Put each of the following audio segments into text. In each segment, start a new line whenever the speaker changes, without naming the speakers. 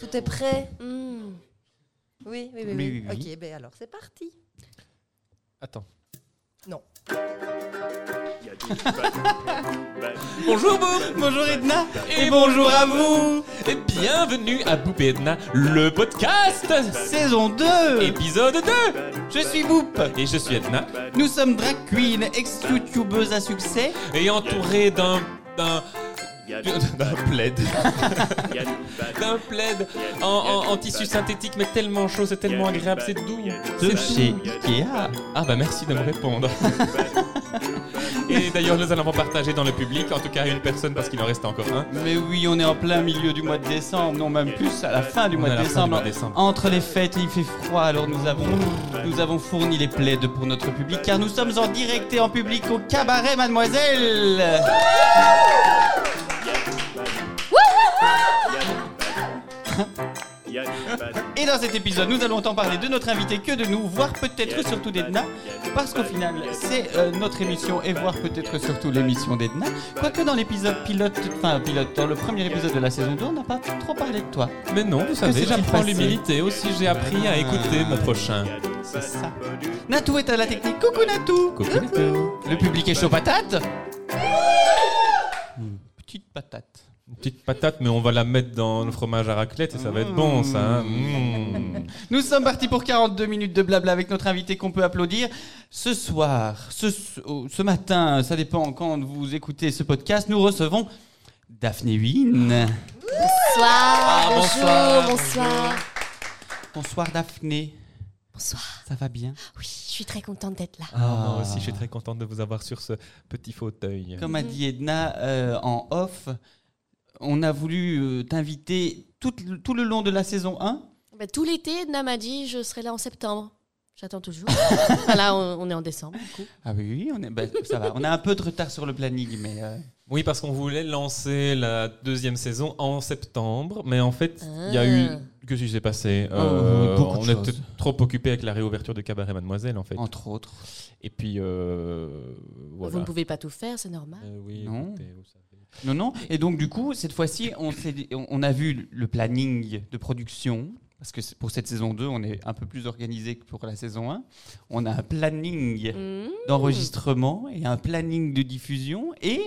Tout est prêt Hmm. oui, oui, oui,
Oui,
oui.
oui, oui.
Ok, ben alors c'est parti.
Attends.
Non.
Bonjour Boum, bonjour Edna, et bonjour à vous Et bienvenue à Boum et Edna, le podcast
Saison 2
Épisode 2
Je suis Boop
Et je suis Edna,
Nous sommes drag queen, ex-youtubeuse à succès.
et entouré d'un... d'un... d'un plaid. d'un plaid en, en- en tissu synthétique, mais tellement chaud, c'est tellement agréable, c'est doux
De
C'est
chez
doux.
Ikea.
Ah bah merci de me répondre. Et d'ailleurs nous allons partager dans le public, en tout cas une personne parce qu'il en reste encore un.
Mais oui, on est en plein milieu du mois de décembre, non même plus, à la fin du
On
mois
est à
de
la fin du
décembre.
mois de décembre.
Entre les fêtes, il fait froid, alors nous avons, nous avons fourni les plaides pour notre public, car nous sommes en direct et en public au cabaret, mademoiselle Et dans cet épisode, nous allons autant parler de notre invité que de nous, voire peut-être surtout d'Edna, parce qu'au final, c'est euh, notre émission et voire peut-être surtout l'émission d'Edna. Quoique dans l'épisode pilote, enfin pilote, dans le premier épisode de la saison 2, on n'a pas trop parlé de toi.
Mais non, vous savez,
s'est-il
j'apprends
passé
l'humilité aussi, j'ai appris à écouter mon prochain.
C'est ça. Natou est à la technique. Coucou Natou
Coucou, Natou.
Le public est chaud patate Une Hmm, Petite patate.
Une petite patate, mais on va la mettre dans le fromage à raclette et ça va être bon ça. hein. Mmh.
Nous sommes partis pour 42 minutes de blabla avec notre invité qu'on peut applaudir. Ce soir, ce, oh, ce matin, ça dépend quand vous écoutez ce podcast, nous recevons Daphné Wynne.
Bonsoir,
bonsoir,
Ah, bonjour, bonsoir.
Bonsoir Daphné,
Bonsoir.
ça va bien
Oui, je suis très contente d'être là.
Ah, Moi aussi, je suis très contente de vous avoir sur ce petit fauteuil.
Comme a dit Edna euh, en off, on a voulu euh, t'inviter tout, le- tout le long de la saison 1.
Bah, tout l'été, Edna m'a dit je serai là en septembre. J'attends toujours. Enfin, là, on, on est en décembre. Du coup.
Ah oui, oui, on est, bah, ça va. On a un peu de retard sur le planning, mais... euh,
Oui, parce qu'on voulait lancer la deuxième saison en septembre, mais en fait, il y a
Ah.
eu. Qu'est-ce qui s'est passé
Euh, beaucoup
On
de
était
choses. Oh.
trop occupé avec la réouverture de Cabaret Mademoiselle, en fait.
entre autres.
Et puis, euh,
Vous
voilà.
ne pouvez pas tout faire, c'est normal.
Euh, oui,
Non.
écoutez, vous savez.
Non, non. Et donc, du coup, cette fois-ci, on, s'est- on- on a vu le planning de production. Parce que c'est- pour cette saison 2, on est un peu plus organisé que pour la saison 1. On a un planning
Mmh.
d'enregistrement et un planning de diffusion. Et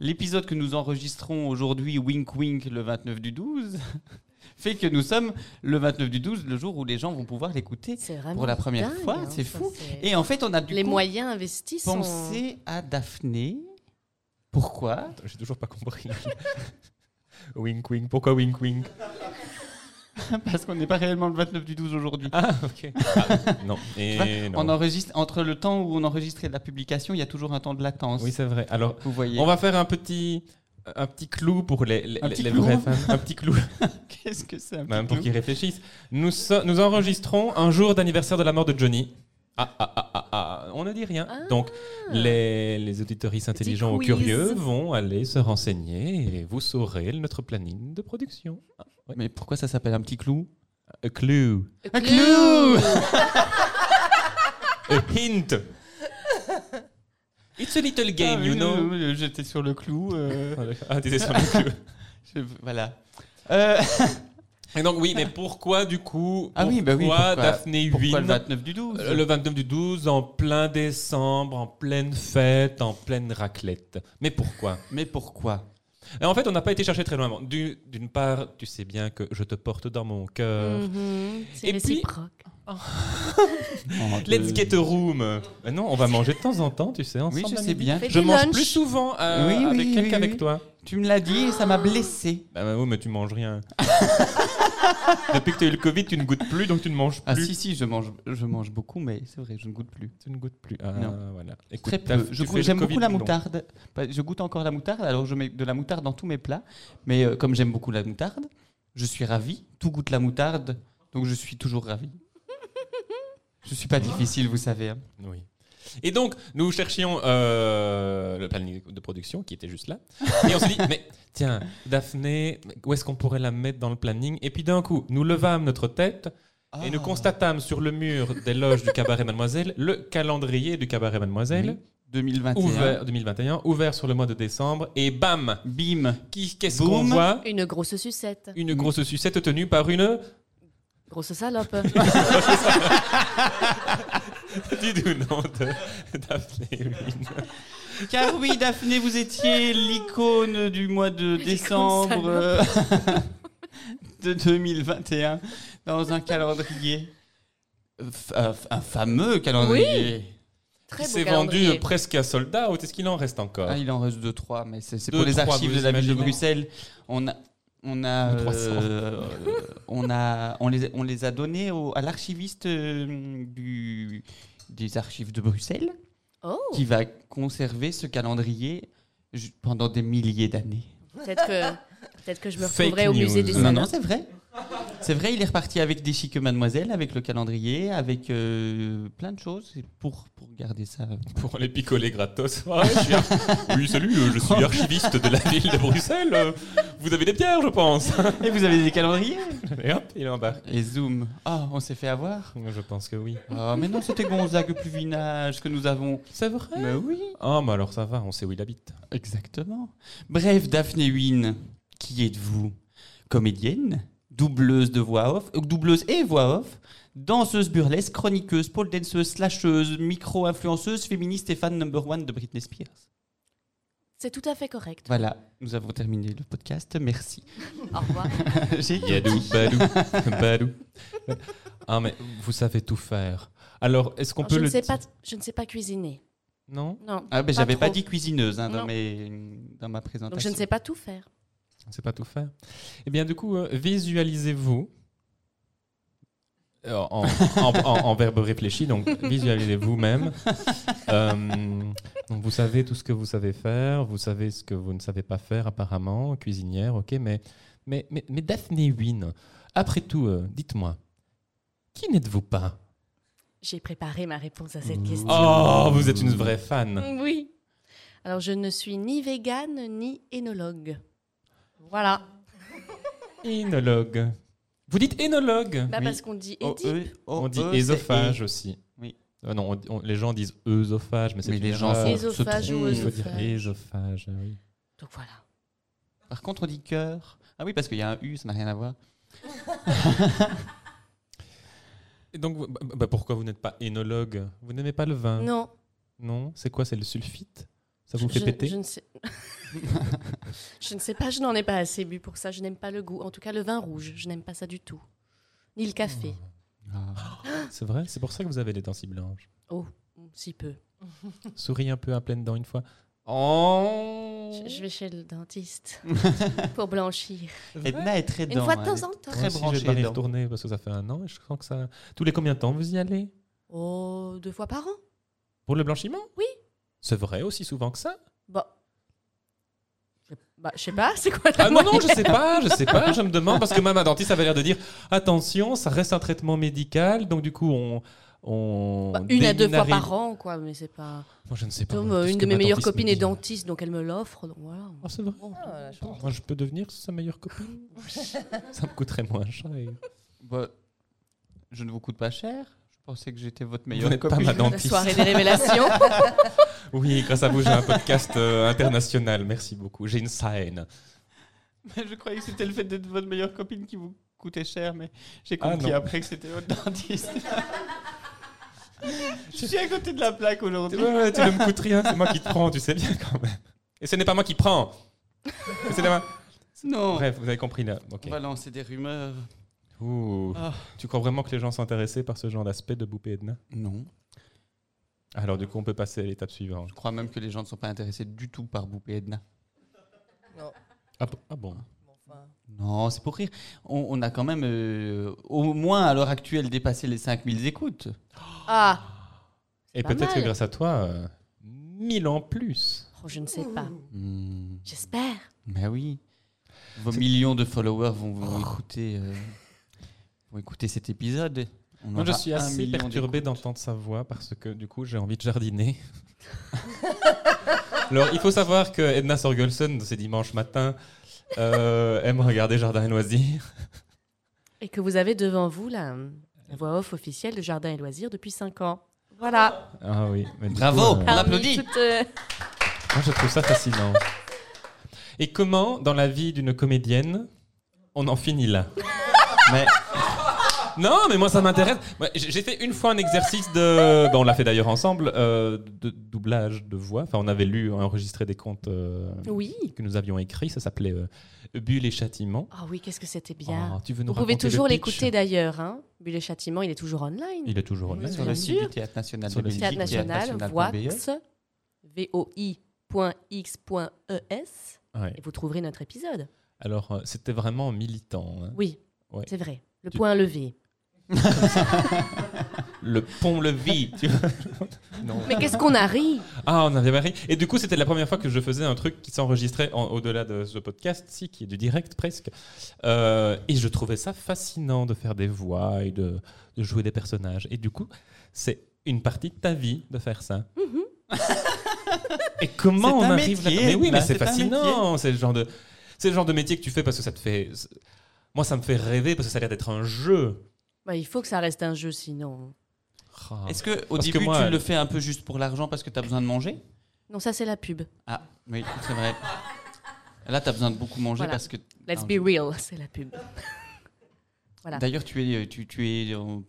l'épisode que nous enregistrons aujourd'hui, Wink Wink, le 29 du 12, fait que nous sommes le 29 du 12, le jour où les gens vont pouvoir l'écouter.
C'est vraiment.
Pour la première
dingue,
fois,
hein.
c'est
Ça,
fou.
c'est-
Et en fait, on a du
Les
coup
moyens investis sont.
pensé à Daphné. Pourquoi
Attends, J'ai toujours pas compris. wink wink, pourquoi wink wink
Parce qu'on n'est pas réellement le 29 du 12 aujourd'hui.
Ah, ok. Ah, non,
Tu vois,
et non.
On enregistre entre le temps où on enregistrait la publication, il y a toujours un temps de latence.
Oui, c'est vrai. Alors,
vous voyez.
on va faire un petit, un petit clou pour les, les,
Un petit
les
clou
vraies femmes. Un petit clou.
Qu'est-ce que c'est un
Bah,
petit
pour
clou
qu'ils réfléchissent. Nous, so- nous enregistrons un jour d'anniversaire de la mort de Johnny. Ah, ah, ah, ah, ah, on ne dit rien.
Ah.
Donc, les, les auditoristes intelligents ou
quiz.
curieux vont aller se renseigner et vous saurez notre planning de production. Euh,
Mais pourquoi ça s'appelle un petit clou
A clue.
Un clou
A hint. It's a little
Ah,
game, you know.
J'étais sur le clou. euh,
Ah, t'étais sur le clue.
je- voilà. Euh,
Et donc, oui, mais pourquoi du coup
Ah oui, bah oui, pourquoi-
Daphné
pourquoi le
Huynh
29 du 12
Euh, Le 29 du 12, en plein décembre, en pleine fête, en pleine raclette. Mais pourquoi
Mais pourquoi
Et En fait, on n'a pas été chercher très loin. Bon, du- D'une part, tu sais bien que je te porte dans mon cœur.
Mmh. C'est
Et puis-
réciproque.
Let's get a room. Mais non, on va manger de temps en temps, tu sais, ensemble.
Oui, je
à
sais
midi.
bien.
Faites
Je
des
mange
lunchs.
plus souvent euh,
Oui, oui,
avec
oui,
quelqu'un
oui,
qu'avec
oui.
toi.
Tu me l'as dit et ça m'a blessé.
Bah, bah oui, mais tu manges rien. Depuis que tu as eu le Covid, tu ne goûtes plus, donc tu ne manges plus.
Ah si, si, je mange, je mange beaucoup, mais c'est vrai, je ne goûte plus.
Tu ne goûtes plus. Ah,
Non.
voilà. Écoute,
Très
t'as-
peu. Je
tu
goûte-
fais le
J'aime
Covid
beaucoup la
long.
moutarde. Bah, Je goûte encore la moutarde, alors je mets de la moutarde dans tous mes plats. Mais euh, comme j'aime beaucoup la moutarde, je suis ravi. Tout goûte la moutarde, donc je suis toujours ravi. Je suis pas difficile, vous savez. hein.
Oui. Et donc, nous cherchions euh, le planning de production qui était juste là. Et on s'est dit, mais tiens, Daphné, où est-ce qu'on pourrait la mettre dans le planning Et puis d'un coup, nous levâmes notre tête et nous
Ah.
constatâmes sur le mur des loges du cabaret Mademoiselle le calendrier du cabaret Mademoiselle
2021.
Ouvert, 2021, ouvert sur le mois de décembre, et bam
Bim.
Qui- Qu'est-ce qu'on
Boum.
voit
Une grosse sucette.
Une grosse sucette tenue par une
Grosse salope.
didounon de Daphné Hulin.
Car oui, Daphné, vous étiez l'icône du mois de décembre euh, de 2021 dans un calendrier. Euh, f- euh, f- Un fameux calendrier.
Très
Il
beau
s'est
calendrier.
vendu presque à soldat, ou est-ce qu'il en reste encore
Ah, il en reste 2-3, mais c'est c'est
Deux,
pour les
trois,
archives
vous
de la ville de
imaginez.
Bruxelles. On a. On a,
Ou 300.
euh, on a, on les, on les a donnés au- à l'archiviste euh, du, des archives de Bruxelles,
Oh,
qui va conserver ce calendrier ju- pendant des milliers d'années.
peut-être que, peut-être que je me
Fake
retrouverai au musée
news.
des
Non,
Cénins.
non, c'est vrai. C'est vrai, il est reparti avec des chics mademoiselle, avec le calendrier, avec euh, plein de choses et pour, pour garder ça.
Pour les picoler gratos. Ah ouais, je suis ar- oui, salut, euh, je suis archiviste de la ville de Bruxelles. euh, Vous avez des pierres, je pense.
Et vous avez des calendriers
Et hop, il est en bas.
Et zoom. Ah, on s'est fait avoir.
Je pense que oui.
Ah, mais non, c'était Gonzague Pluvinage que nous avons.
C'est vrai
Mais oui.
Oh, mais alors ça va, on sait où il habite.
Exactement. Bref, Daphné Wynne, qui êtes-vous Comédienne, doubleuse de voix off, euh, doubleuse et voix off, danseuse burlesque, chroniqueuse, pole danseuse, slasheuse, micro-influenceuse, féministe et fan number one de Britney Spears.
C'est tout à fait correct.
Voilà, nous avons terminé le podcast. Merci.
Au revoir.
J'ai tout
Yadou,
dit.
badou, badou. Ah, mais vous savez tout faire. Alors, est-ce qu'on
Alors,
peut
je,
le
ne sais
dire
pas, je ne sais pas cuisiner.
Non
Non.
Ah ben
Pas
j'avais pas
trop.
dit cuisineuse hein, dans,
Non.
mes, dans ma présentation.
Donc je ne sais pas tout faire.
On ne sait pas tout faire. Eh bien, du coup, euh, visualisez-vous. euh, En, en- en- en verbe réfléchi, donc visualisez-vous même. Euh, donc vous savez tout ce que vous savez faire, vous savez ce que vous ne savez pas faire apparemment, cuisinière, ok, mais, mais, mais, mais Daphné Wynne, après tout, euh, dites-moi, qui n'êtes-vous pas
J'ai préparé ma réponse à cette question.
Oh, vous êtes une vraie fan.
Oui. Alors je ne suis ni végane ni énologue. Voilà.
Énologue. Vous dites énologue
Bah
Oui.
parce qu'on dit
Oh,
euh,
édi.
eux, oh,
On dit
eux, c'est
ésophage
et.
aussi.
Oui.
Ah non, on- on- les gens disent œsophage, mais c'est
Mais
une
les gens
erreur.
sont- se
Ésophage ou
trompent.
Il faut dire
Œsophage.
ésophage, ah oui.
Donc voilà.
Par contre, on dit cœur. Ah oui, parce qu'il y a un U, ça n'a rien à voir.
Et donc, vous- bah- bah, pourquoi vous n'êtes pas énologue Vous n'aimez pas le vin
Non.
Non C'est quoi C'est le sulfite Euh, Ça vous
je,
fait
je-
péter
je ne sais. je ne sais pas, je n'en ai pas assez bu pour ça. Je n'aime pas le goût. En tout cas, le vin rouge, je n'aime pas ça du tout. Ni le café.
Ah.
C'est vrai C'est pour ça que vous avez les dents si blanches. Oh.
Si peu.
Souris un peu à pleines dents une fois. Oh
Je, je vais chez le dentiste pour blanchir.
Edna est très
Une
dents,
fois de
elle
temps
est
en temps.
Très
Moi aussi, je
branchée
vais devoir y
dents.
retourner parce que ça fait un an et je sens que ça. Tous les combien de temps vous y allez
Oh, deux fois par an
Pour le blanchiment
Oui.
C'est vrai aussi souvent que ça
Bah. Je, bah, je sais pas, c'est quoi la
Ah non, non,
moyenne
je sais pas, je sais pas, je me demande, parce que même un dentiste avait l'air de dire attention, ça reste un traitement médical, donc du coup, on. on
Bah, Une à deux fois par an, quoi, mais c'est pas.
Moi, je ne sais pas.
Tom,
moi, tout ce
une
que
de mes
ma
meilleures
dentiste me
copines est
dit.
dentiste, donc elle me l'offre, donc voilà.
Ah, c'est vrai.
Bon.
Moi, je peux devenir sa meilleure copine. ça me coûterait moins cher. et-
Bah, je ne vous coûte pas cher. Je pensais que j'étais votre
Vous
meilleure
n'êtes pas
copine.
ma dent-
La
Dentiste.
soirée des révélations.
Oui, grâce à vous, j'ai un podcast euh, international. Merci beaucoup. J'ai une scène.
Mais je croyais que c'était le fait d'être votre meilleure copine qui vous coûtait cher, mais j'ai
Ah,
compris
non.
après que c'était votre dentiste. je suis à côté de la plaque aujourd'hui.
Ouais, ouais, tu ne me coûtes rien, c'est moi qui te prends, tu sais bien quand même. Et ce n'est pas moi qui prends. C'est la main.
Non.
Bref, vous avez compris là. Ok.
On va lancer des rumeurs.
Ouh.
Ah.
Tu crois vraiment que les gens sont intéressés par ce genre d'aspect de Boupé Edna
Non.
Alors du coup, on peut passer à l'étape suivante.
Je crois même que les gens ne sont pas intéressés du tout par Boupé et Edna.
Ah, bon- ah bon
Non, c'est pour rire. On, on a quand même, euh, au moins à l'heure actuelle, dépassé les 5000 écoutes.
Ah,
Et
pas
peut-être que
mal.
grâce à toi, euh, mille ans plus.
oh, je ne sais pas.
Hmm,
J'espère.
mais oui. Vos
C'est-
millions de followers vont,
Oh.
vont écouter, euh, vont écouter cet épisode. On
Moi, je
aura
suis
un
assez
million
perturbé
d'écoutes.
d'entendre sa voix parce que du coup, j'ai envie de jardiner. Alors, il faut savoir que Edna Sorgelson, ces dimanches matins, euh, aime regarder Jardin et Loisirs.
Et que vous avez devant vous la, la voix off officielle de Jardin et Loisirs depuis 5 ans. Voilà.
Ah oui. mais du
Bravo.
coup,
On
Parmi
applaudit.
toutes, euh,
Moi, je trouve ça fascinant. Et comment, dans la vie d'une comédienne, on en finit là
Mais
Non, mais moi, ça m'intéresse. Moi, J'ai j'ai fait une fois un exercice de. Bon, on l'a fait d'ailleurs ensemble, euh, de doublage de voix. Enfin, on avait lu, enregistré des contes euh,
Oui.
que nous avions écrits. Ça s'appelait euh, Bulle et Châtiment.
Ah oui, qu'est-ce que c'était bien.
Oh, tu veux nous
Vous pouvez
raconter le
toujours
pitch
l'écouter d'ailleurs. Hein. Bulle et Châtiment, il est toujours online.
Il est toujours en
Oui,
ligne.
sur
bien
le site
sûr.
du Théâtre National
Sur le
de Belgique,
Théâtre national,
E
théâtre-national.be.
voix, voi.x.es,
Ouais.
E et vous trouverez notre épisode.
Alors, euh, c'était vraiment militant. hein.
Oui,
Ouais.
c'est vrai. Le
Tu-
point levé.
Le pont-levis. tu vois. non.
Mais qu'est-ce qu'on a ri
Ah, on avait marre. Et du coup, c'était la première fois que je faisais un truc qui s'enregistrait en- au-delà de ce podcast, si, qui est du direct presque. Euh, et je trouvais ça fascinant de faire des voix et de, de jouer des personnages. Et du coup, c'est une partie de ta vie de faire ça. et comment
Mm-hmm. C'est
on
un
arrive là
métier,
Mais oui, mais
bah,
c'est
c'est un
fascinant. C'est le genre de c'est le genre de métier que tu fais parce que ça te fait. Moi, ça me fait rêver parce que ça a l'air d'être un jeu.
Bah, Il faut que ça reste un jeu sinon.
Ah.
Est-ce que au
Parce que
début
moi,
euh,
tu le fais un peu juste pour l'argent parce que tu as besoin de manger
Non, ça c'est la pub.
Ah oui, c'est vrai. Là, tu as besoin de beaucoup manger
Voilà.
parce que
Let's
Ah,
be real, Euh, c'est la pub. Voilà.
D'ailleurs, tu es, tu, tu es, en-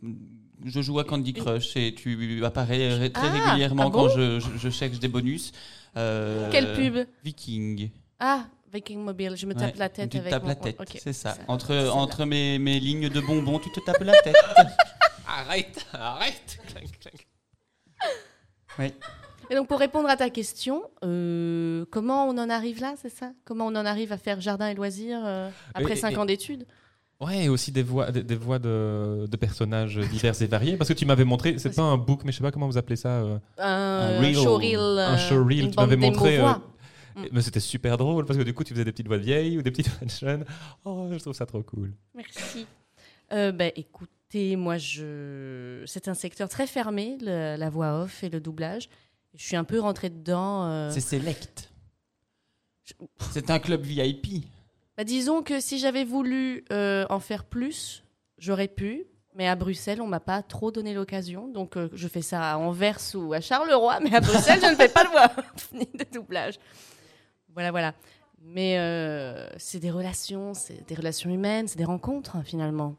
je joue à Candy Crush et tu apparais ré- très
Ah,
régulièrement
ah
quand
bon
je, je- je cherche des bonus. Euh,
Quelle pub
Viking.
Ah, Viking Mobile, je me tape
Ouais,
la tête
tu te
avec.
tapes
mon-
la tête,
Ok.
c'est ça.
Ça,
Entre,
celle-là.
entre mes, mes lignes de bonbons, tu te tapes la tête.
Arrête, arrête. Clac, clac.
Et donc pour répondre à ta question, euh, comment on en arrive là, c'est ça Comment on en arrive à faire jardin et loisirs euh, après
Et-
5
et-
ans d'études
Ouais, et aussi des voix, des, des voix de, de personnages divers et variés. Parce que tu m'avez montré, c'est pas un book, mais je sais pas comment vous appelez ça. euh,
Un,
reel.
showreel.
un
euh,
showreel.
une
Tu m'avais
bande démo
montré. euh,
voix. Mm.
Mais c'était super drôle parce que du coup, tu faisais des petites voix de vieilles ou des petites voix de jeunes. Oh, je trouve ça trop cool.
Merci. Euh, ben, écoutez, moi, je... c'est un secteur très fermé, le- la voix off et le doublage. Je suis un peu rentrée dedans. euh,
C'est select.
Je-
C'est un club VIP.
bah, disons que si j'avais voulu euh, en faire plus, j'aurais pu. Mais à Bruxelles, on m'a pas trop donné l'occasion. Donc, euh, je fais ça à Anvers ou à Charleroi. Mais à Bruxelles, je ne fais pas de voix off ni de doublage. Voilà, voilà. Mais euh, c'est des relations, c'est des relations humaines, c'est des rencontres, hein, finalement.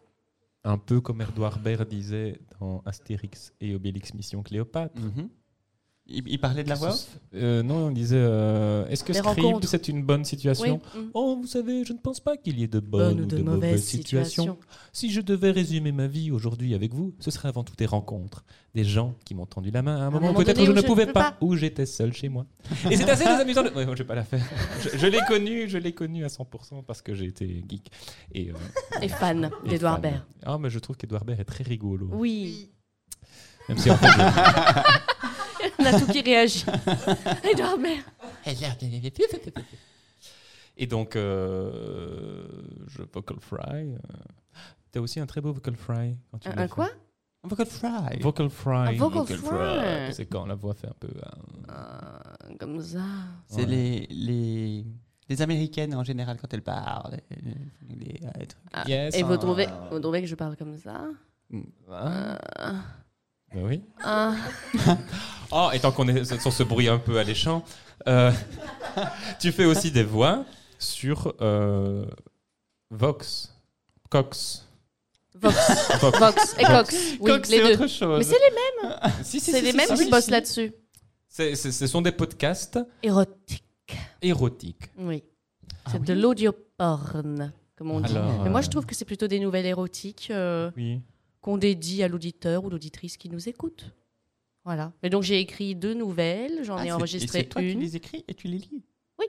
Un peu comme Edouard Baird disait dans Astérix et Obélix Mission Cléopâtre.
Mhm. Il, il parlait de la voix off
Euh, Non, on disait euh, Est-ce que
Des
Scribd,
rencontres.
c'est une bonne situation
Oui, mm.
Oh, vous savez, je ne pense pas qu'il y ait de bonnes ou de, mauvaises, situations. Si je devais résumer ma vie aujourd'hui avec vous, ce serait avant tout des rencontres, des gens qui m'ont tendu la main à un moment,
moment
peut-être où
donné
je
où
ne
je
pouvais
ne peux
pas,
pas.
où j'étais seul chez moi. Et c'est assez amusant. De... Ouais, je vais pas la faire. Je, je l'ai connu, je l'ai connu à 100% parce que j'ai été geek et, euh,
Et fan
et
d'Edouard
fan.
Baird.
Ah, mais je trouve qu'Edouard Baird est très rigolo.
Oui,
Même si en fait, je-
on a tout qui réagit. Edouard Baird.
Et donc, euh, je vocal fry. euh, T'as aussi un très beau vocal fry. Quand tu
Un,
l'as
un
fait.
quoi
Vocal fry.
Vocal fry.
Un vocal fry.
C'est quand la voix fait un peu. euh,
Euh, Comme ça.
C'est
Ouais.
les, les, les Américaines en général quand elles euh, parlent. Les- les- les-
Ah,
Yes,
Et vous
ah.
trouvez, vous trouvez que je parle comme ça
Ah,
Euh,
bah oui.
ah.
Oh, et tant qu'on est sur ce bruit un peu alléchant, euh, tu fais aussi des voix sur euh, Vox. Cox.
Vox,
Vox.
Vox et Cox. Oui,
Coq,
les
c'est
deux.
autre chose.
Mais c'est les,
Si, si,
c'est
si,
les
si,
mêmes
si,
qui
si,
bossent
si.
là-dessus.
C'est- c'est- Ce sont des podcasts
Érotique.
érotiques.
Oui.
Ah
C'est
oui.
de l'audio porn, comme on dit.
Alors,
Mais moi, je
euh,
trouve que c'est plutôt des nouvelles érotiques. euh,
Oui.
qu'on dédie à l'auditeur ou l'auditrice qui nous écoute. Voilà. Mais donc j'ai écrit deux nouvelles, j'en
Ah,
ai
c'est- et
enregistré
C'est toi qui
une
les écris et tu les lis.
Oui.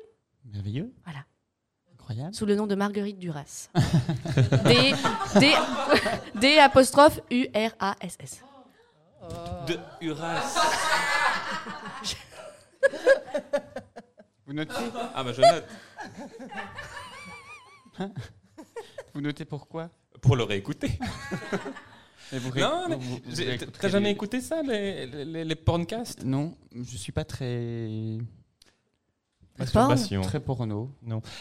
Merveilleux.
Voilà.
Incroyable.
sous le nom de Marguerite Duras. D, D, D apostrophe U R A S S.
De Uras.
Vous notez,
Ah, bah je note.
vous notez pourquoi
Pour le réécouter.
Et vous ré-
Non, mais
vous- vous
j'ai-
réécouterez
t'as jamais
les-
écouté ça, les, les, les- les porncasts
Non, je suis pas très
Masturbation.
très porno.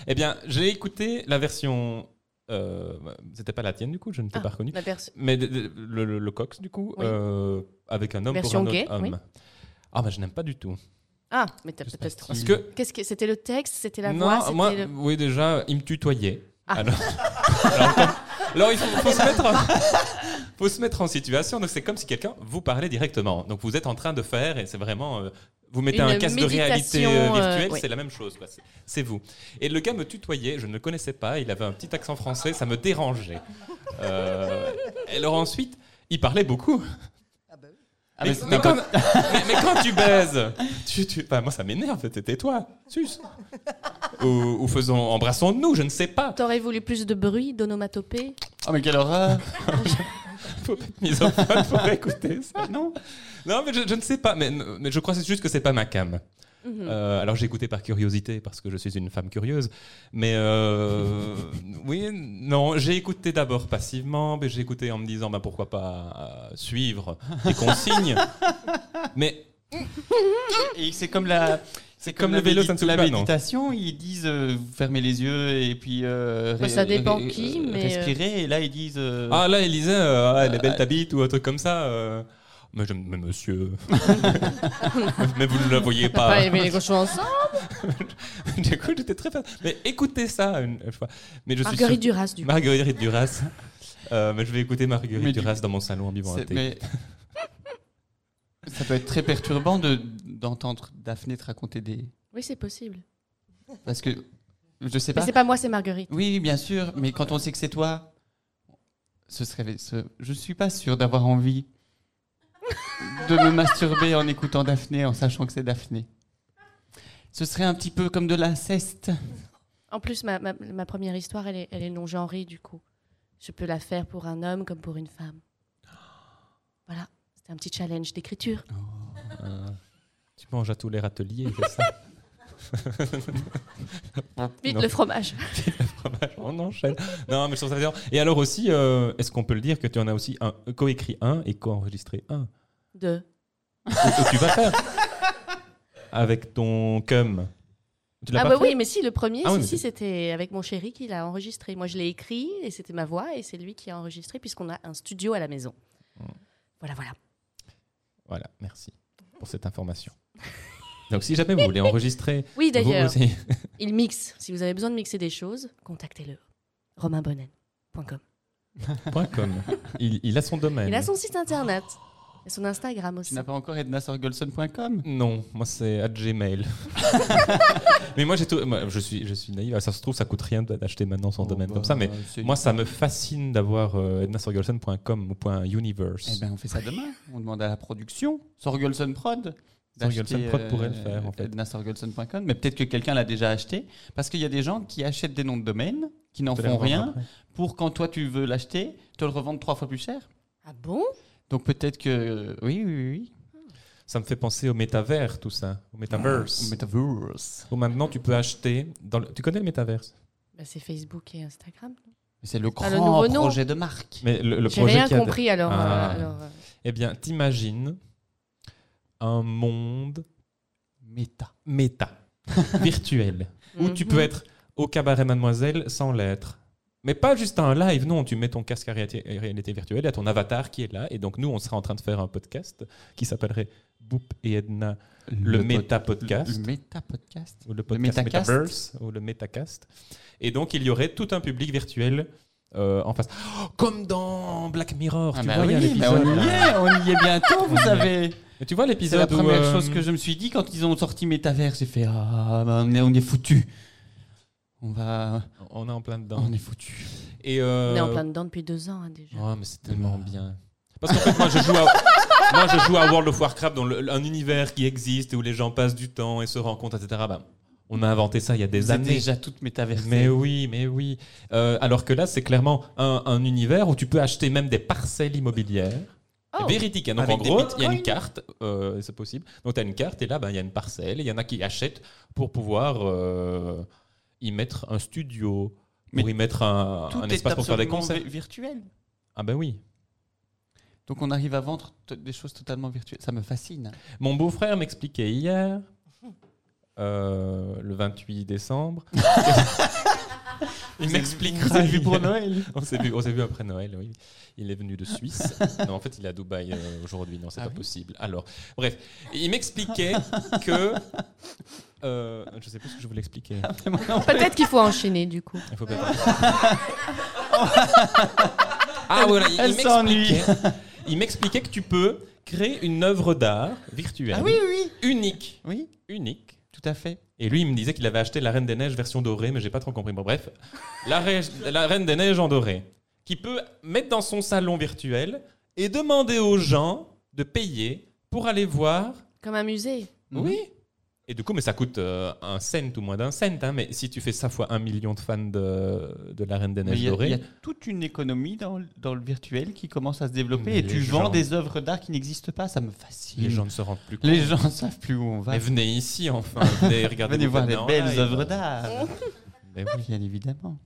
Eh bien, j'ai écouté la version euh, bah, c'était pas la tienne du coup, je ne t'ai
Ah.
pas reconnue.
La perso-
Mais de- de- le, le- le cox du coup,
Oui.
euh, avec un homme
Version
pour un autre
gay,
homme.
oui.
Ah bah je n'aime pas du tout.
Ah, mais t'as
Je sais
peut-être
pas si-
Parce que
Qu'est-ce que c'était le texte, c'était la voix,
non,
c'était
moi,
le-
oui déjà, il me tutoyait.
Ah.
Alors, alors, comme- alors, il faut, faut se mettre, en- faut se mettre en situation. Donc c'est comme si quelqu'un vous parlait directement. Donc vous êtes en train de faire et c'est vraiment. euh, vous mettez
Une
un casque de réalité euh,
méditation, euh,
virtuelle,
oui.
c'est la même chose. quoi. C'est- C'est vous. Et le gars me tutoyait, je ne le connaissais pas, il avait un petit accent français, ça me dérangeait. Euh, et alors ensuite, il parlait beaucoup.
Ah,
mais,
mais c'est
mais
un
quand, mais- mais quand tu baises, tu, tu- enfin, moi ça m'énerve, t'es- tais-toi, suce. Ou, ou faisons, embrassons-nous, je ne sais pas.
T'aurais voulu plus de bruit, d'onomatopée
Oh, mais quelle horreur
Faut pas être misophone pour écouter ça, non Non, mais je, je ne sais pas, mais, mais je crois c'est juste que c'est pas ma cam.
Mm.
Mhm.
Euh, alors j'ai écouté par curiosité parce que je suis une femme curieuse, mais euh, oui, non, j'ai écouté d'abord passivement, mais j'ai écouté en me disant bah, pourquoi pas euh, suivre les consignes, mais
Et c'est comme la. C'est
comme le
comme, la
vélo,
médi-
ça ne se
la
fait pas, non
méditation, ils disent euh, vous fermez les yeux et puis. euh,
Bah,
ré-
ça dépend
ré-
qui,
euh,
mais,
Respirer, et là ils disent. euh,
Ah là, il disait, euh, Ah, elle est
euh,
belle ta bite ou un truc comme ça. euh. Mais, je- mais monsieur, mais vous ne la voyez
T'as pas
pas.
aimé les cochons ensemble
du coup, j'étais très fan. Mais écoutez ça une une fois. Mais je suis
Marguerite
sûr-
Duras, du coup.
Marguerite Duras. Euh, mais je vais écouter Marguerite
Mais du-
Duras dans mon salon en buvant un
c'est-
thé.
mais- Ça peut être très perturbant de- d'entendre Daphné te raconter des.
Oui, c'est possible.
Parce que. Je sais
Mais
pas.
c'est pas moi, c'est Marguerite.
Oui, oui, bien sûr, mais quand on sait que c'est toi, ce serait. ce- Je suis pas sûr d'avoir envie de me masturber en écoutant Daphné, en sachant que c'est Daphné. Ce serait un petit peu comme de l'inceste.
En plus, ma, ma- ma première histoire, elle est, elle est non-genrée, du coup. Je peux la faire pour un homme comme pour une femme. Voilà, c'était un petit challenge d'écriture.
Euh, tu manges à tous les râteliers, c'est ça
Vite
Non.
le fromage.
Fromage, On enchaîne. Non, mais je trouve ça intéressant. Et alors aussi, euh, est-ce qu'on peut le dire que tu en as aussi un coécrit un et co-enregistré un
De.
que tu vas faire avec ton cum. Tu l'as
Ah
pas
bah
fait
oui, mais si, le premier,
Ah
si,
oui, mais
si,
c'est-
c'était avec mon chéri qui l'a enregistré. Moi, je l'ai écrit et c'était ma voix et c'est lui qui a enregistré puisqu'on a un studio à la maison.
Hmm.
Voilà, voilà.
Voilà, merci pour cette information. Donc si jamais vous voulez enregistrer,
Oui,
vous
d'ailleurs,
aussi.
il mixe. Si vous avez besoin de mixer des choses, contactez-le. RomainBonnen.com.
Point com. Il, il a son domaine.
Il a son site internet et son Instagram
Tu
aussi.
n'as pas encore ednasorgolson.com
Non, moi c'est à Gmail. mais moi j'ai tout- moi, je suis je suis naïf. Ah, Ça se trouve ça coûte rien d'acheter maintenant
Oh
son
bah,
domaine comme ça, mais moi ça me fascine d'avoir euh, ednasorgelson.com ou point .universe.
Eh ben, on fait ça demain. On demande à la production, Sorgolson Prod.
Sorgelson
d'acheter, euh,
Prod pourrait le faire, en fait.
ednasorgelson.com, mais peut-être que quelqu'un l'a déjà acheté. Parce qu'il y a des gens qui achètent des noms de domaine, qui n'en
Te les
font rien,
reprends après.
pour quand toi tu veux l'acheter, te le revendre trois fois plus cher.
Ah bon
Donc peut-être que euh, oui, oui, oui.
Ça me fait penser au métavers tout ça, au
Ah,
metaverse.
Metaverse.
Où maintenant tu peux acheter dans le- tu connais le metaverse
Bah, C'est Facebook et Instagram.
C'est le
Ah,
grand
le nouveau nom.
projet de marque.
Mais le, le
J'ai
projet
rien
qui a-
compris alors.
Ah.
euh, alors, euh,
Eh bien, t'imagines un monde
Meta.
méta, virtuel, où tu peux
mhm.
être au cabaret Mademoiselle sans l'être. Mais pas juste un live, non, tu mets ton casque à réalité, à réalité virtuelle, il y a ton avatar qui est là, et donc nous, on sera en train de faire un podcast qui s'appellerait Boop et Edna, le, méta podcast.
Le méta podcast.
ou le podcast
Metacast.
Metaverse, ou le Metacast. Et donc, il y aurait tout un public virtuel euh, en face. Oh, comme dans Black Mirror,
Ah
tu
bah
vois, il y a
oui, bah
l'épisode.
on y
là.
est, on y est bientôt, vous
On y est.
savez.
Et Tu vois
C'est la
l'épisode où...
première
euh,
chose que je me suis dit quand ils ont sorti Metaverse. J'ai fait ah, bah, on est, on est foutu. On va,
On est en plein dedans.
on est foutu.
Et
On
euh,
est en plein dedans depuis deux ans hein, déjà.
Ouais, mais c'est tellement bien. Parce qu'en fait, moi, je joue à, moi, je joue à World of Warcraft, dans le- un univers qui existe et où les gens passent du temps et se rencontrent, etc. Bah, on a inventé ça il y a des
Vous êtes
années.
déjà toute Metaverse.
Mais oui, mais oui. Euh, alors que là, c'est clairement un, un univers où tu peux acheter même des parcelles immobilières.
Oh.
Véridiques. hein. Donc
Avec
en
des
gros, il y a une
bitcoins.
carte, euh, c'est possible. Donc tu as une carte et là, ben, il y a une parcelle. et Il y en a qui achètent pour pouvoir euh, y mettre un studio, pour
Mais
y mettre un,
Tout
un
est
espace pour faire des
absolument
concerts.
vi- virtuel.
Ah ben oui.
Donc on arrive à vendre t- des choses totalement virtuelles. Ça me fascine.
Mon beau-frère m'expliquait hier, euh, le 28 décembre, Il
Vous
m'expliquera.
êtes vu
hier.
pour Noël
On s'est vu, on s'est vu après Noël, oui. Il est venu de Suisse. non, en fait, il est à Dubaï euh, aujourd'hui. Non, c'est
Ah
pas
oui
possible. Alors, bref, il m'expliquait que. euh, je sais plus ce que je voulais expliquer.
Ah
Peut-être qu'il faut enchaîner du coup.
Il faut pas- ah voilà, il, il
Elle s'ennuie.
m'expliquait- il m'expliquait que tu peux créer une œuvre d'art virtuelle,
Ah oui, oui,
unique,
oui.
unique.
Tout à fait.
Et lui, il me disait qu'il avait acheté la Reine des Neiges version dorée, mais j'ai pas trop compris. Bon, bref, la, Re- la Reine des Neiges en doré, qui peut mettre dans son salon virtuel et demander aux gens de payer pour aller voir.
Comme un musée.
Mhm.
Oui. Et du coup, mais ça coûte euh, un cent ou moins d'un cent. hein, mais si tu fais ça fois un million de fans de, de la Reine des
Mais Il
Neiges
y, a- il y a
dorée,
toute une économie dans, le- dans le virtuel qui commence à se développer
Mais
et tu
les
vends
gens-
des œuvres d'art qui n'existent pas. Ça me fascine.
les gens ne se rendent plus compte.
Les gens ne savent plus où on va.
Mais venez ici enfin, venez regarder.
Venez
nos
voir
fans
les
en
belles
live.
œuvres d'art.
Mais Ben oui.
Bien évidemment.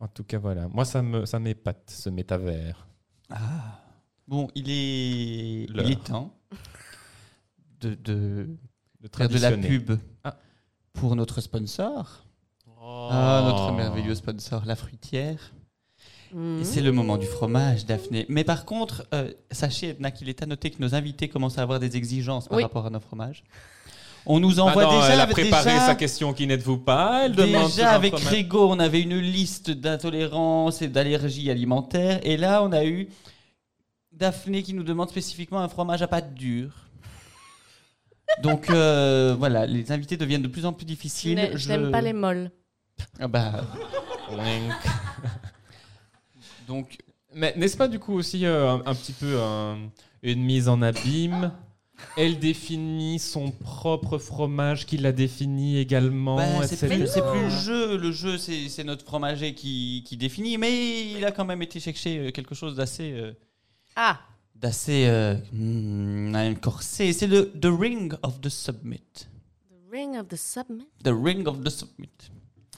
En tout cas, voilà. Moi, ça me, ça m'épate ce métavers.
Ah. Bon, il est,
L'heure.
il est temps de, de
De
faire de la
traditionner.
pub
Ah.
pour notre sponsor.
Oh.
Ah, notre merveilleux sponsor, la fruitière.
Hmm.
Et
Mmh.
c'est le moment du fromage, Daphné. Mais par contre, euh, sachez, Edna, qu'il est à noter que nos invités commencent à avoir des exigences par
Oui.
rapport à nos fromages. On nous
Ah
envoie
non,
déjà,
elle a préparé
déjà-
sa question qui n'êtes-vous pas Elle demande
Déjà avec
Régis
Grégo, on avait une liste d'intolérances et d'allergies alimentaires. Et là, on a eu Daphné qui nous demande spécifiquement un fromage à pâte dure. Donc euh, voilà, les invités deviennent de plus en plus
Je
difficiles.
n'ai- je n'aime pas les molles.
Ah bah, donc,
Mais n'est-ce pas du coup aussi euh, un, un petit peu euh, une mise en abîme Elle définit son propre fromage qui la définit également.
bah, c'est
etc.
plus, c'est plus le jeu. Le jeu, c'est c'est notre fromager qui, qui définit. Mais il a quand même été chercher euh, quelque chose d'assez. euh,
Ah,
d'assez euh, hmm, corsé. C'est le The Ring of the Submit.
the ring of the submit.
The Ring of the Submit.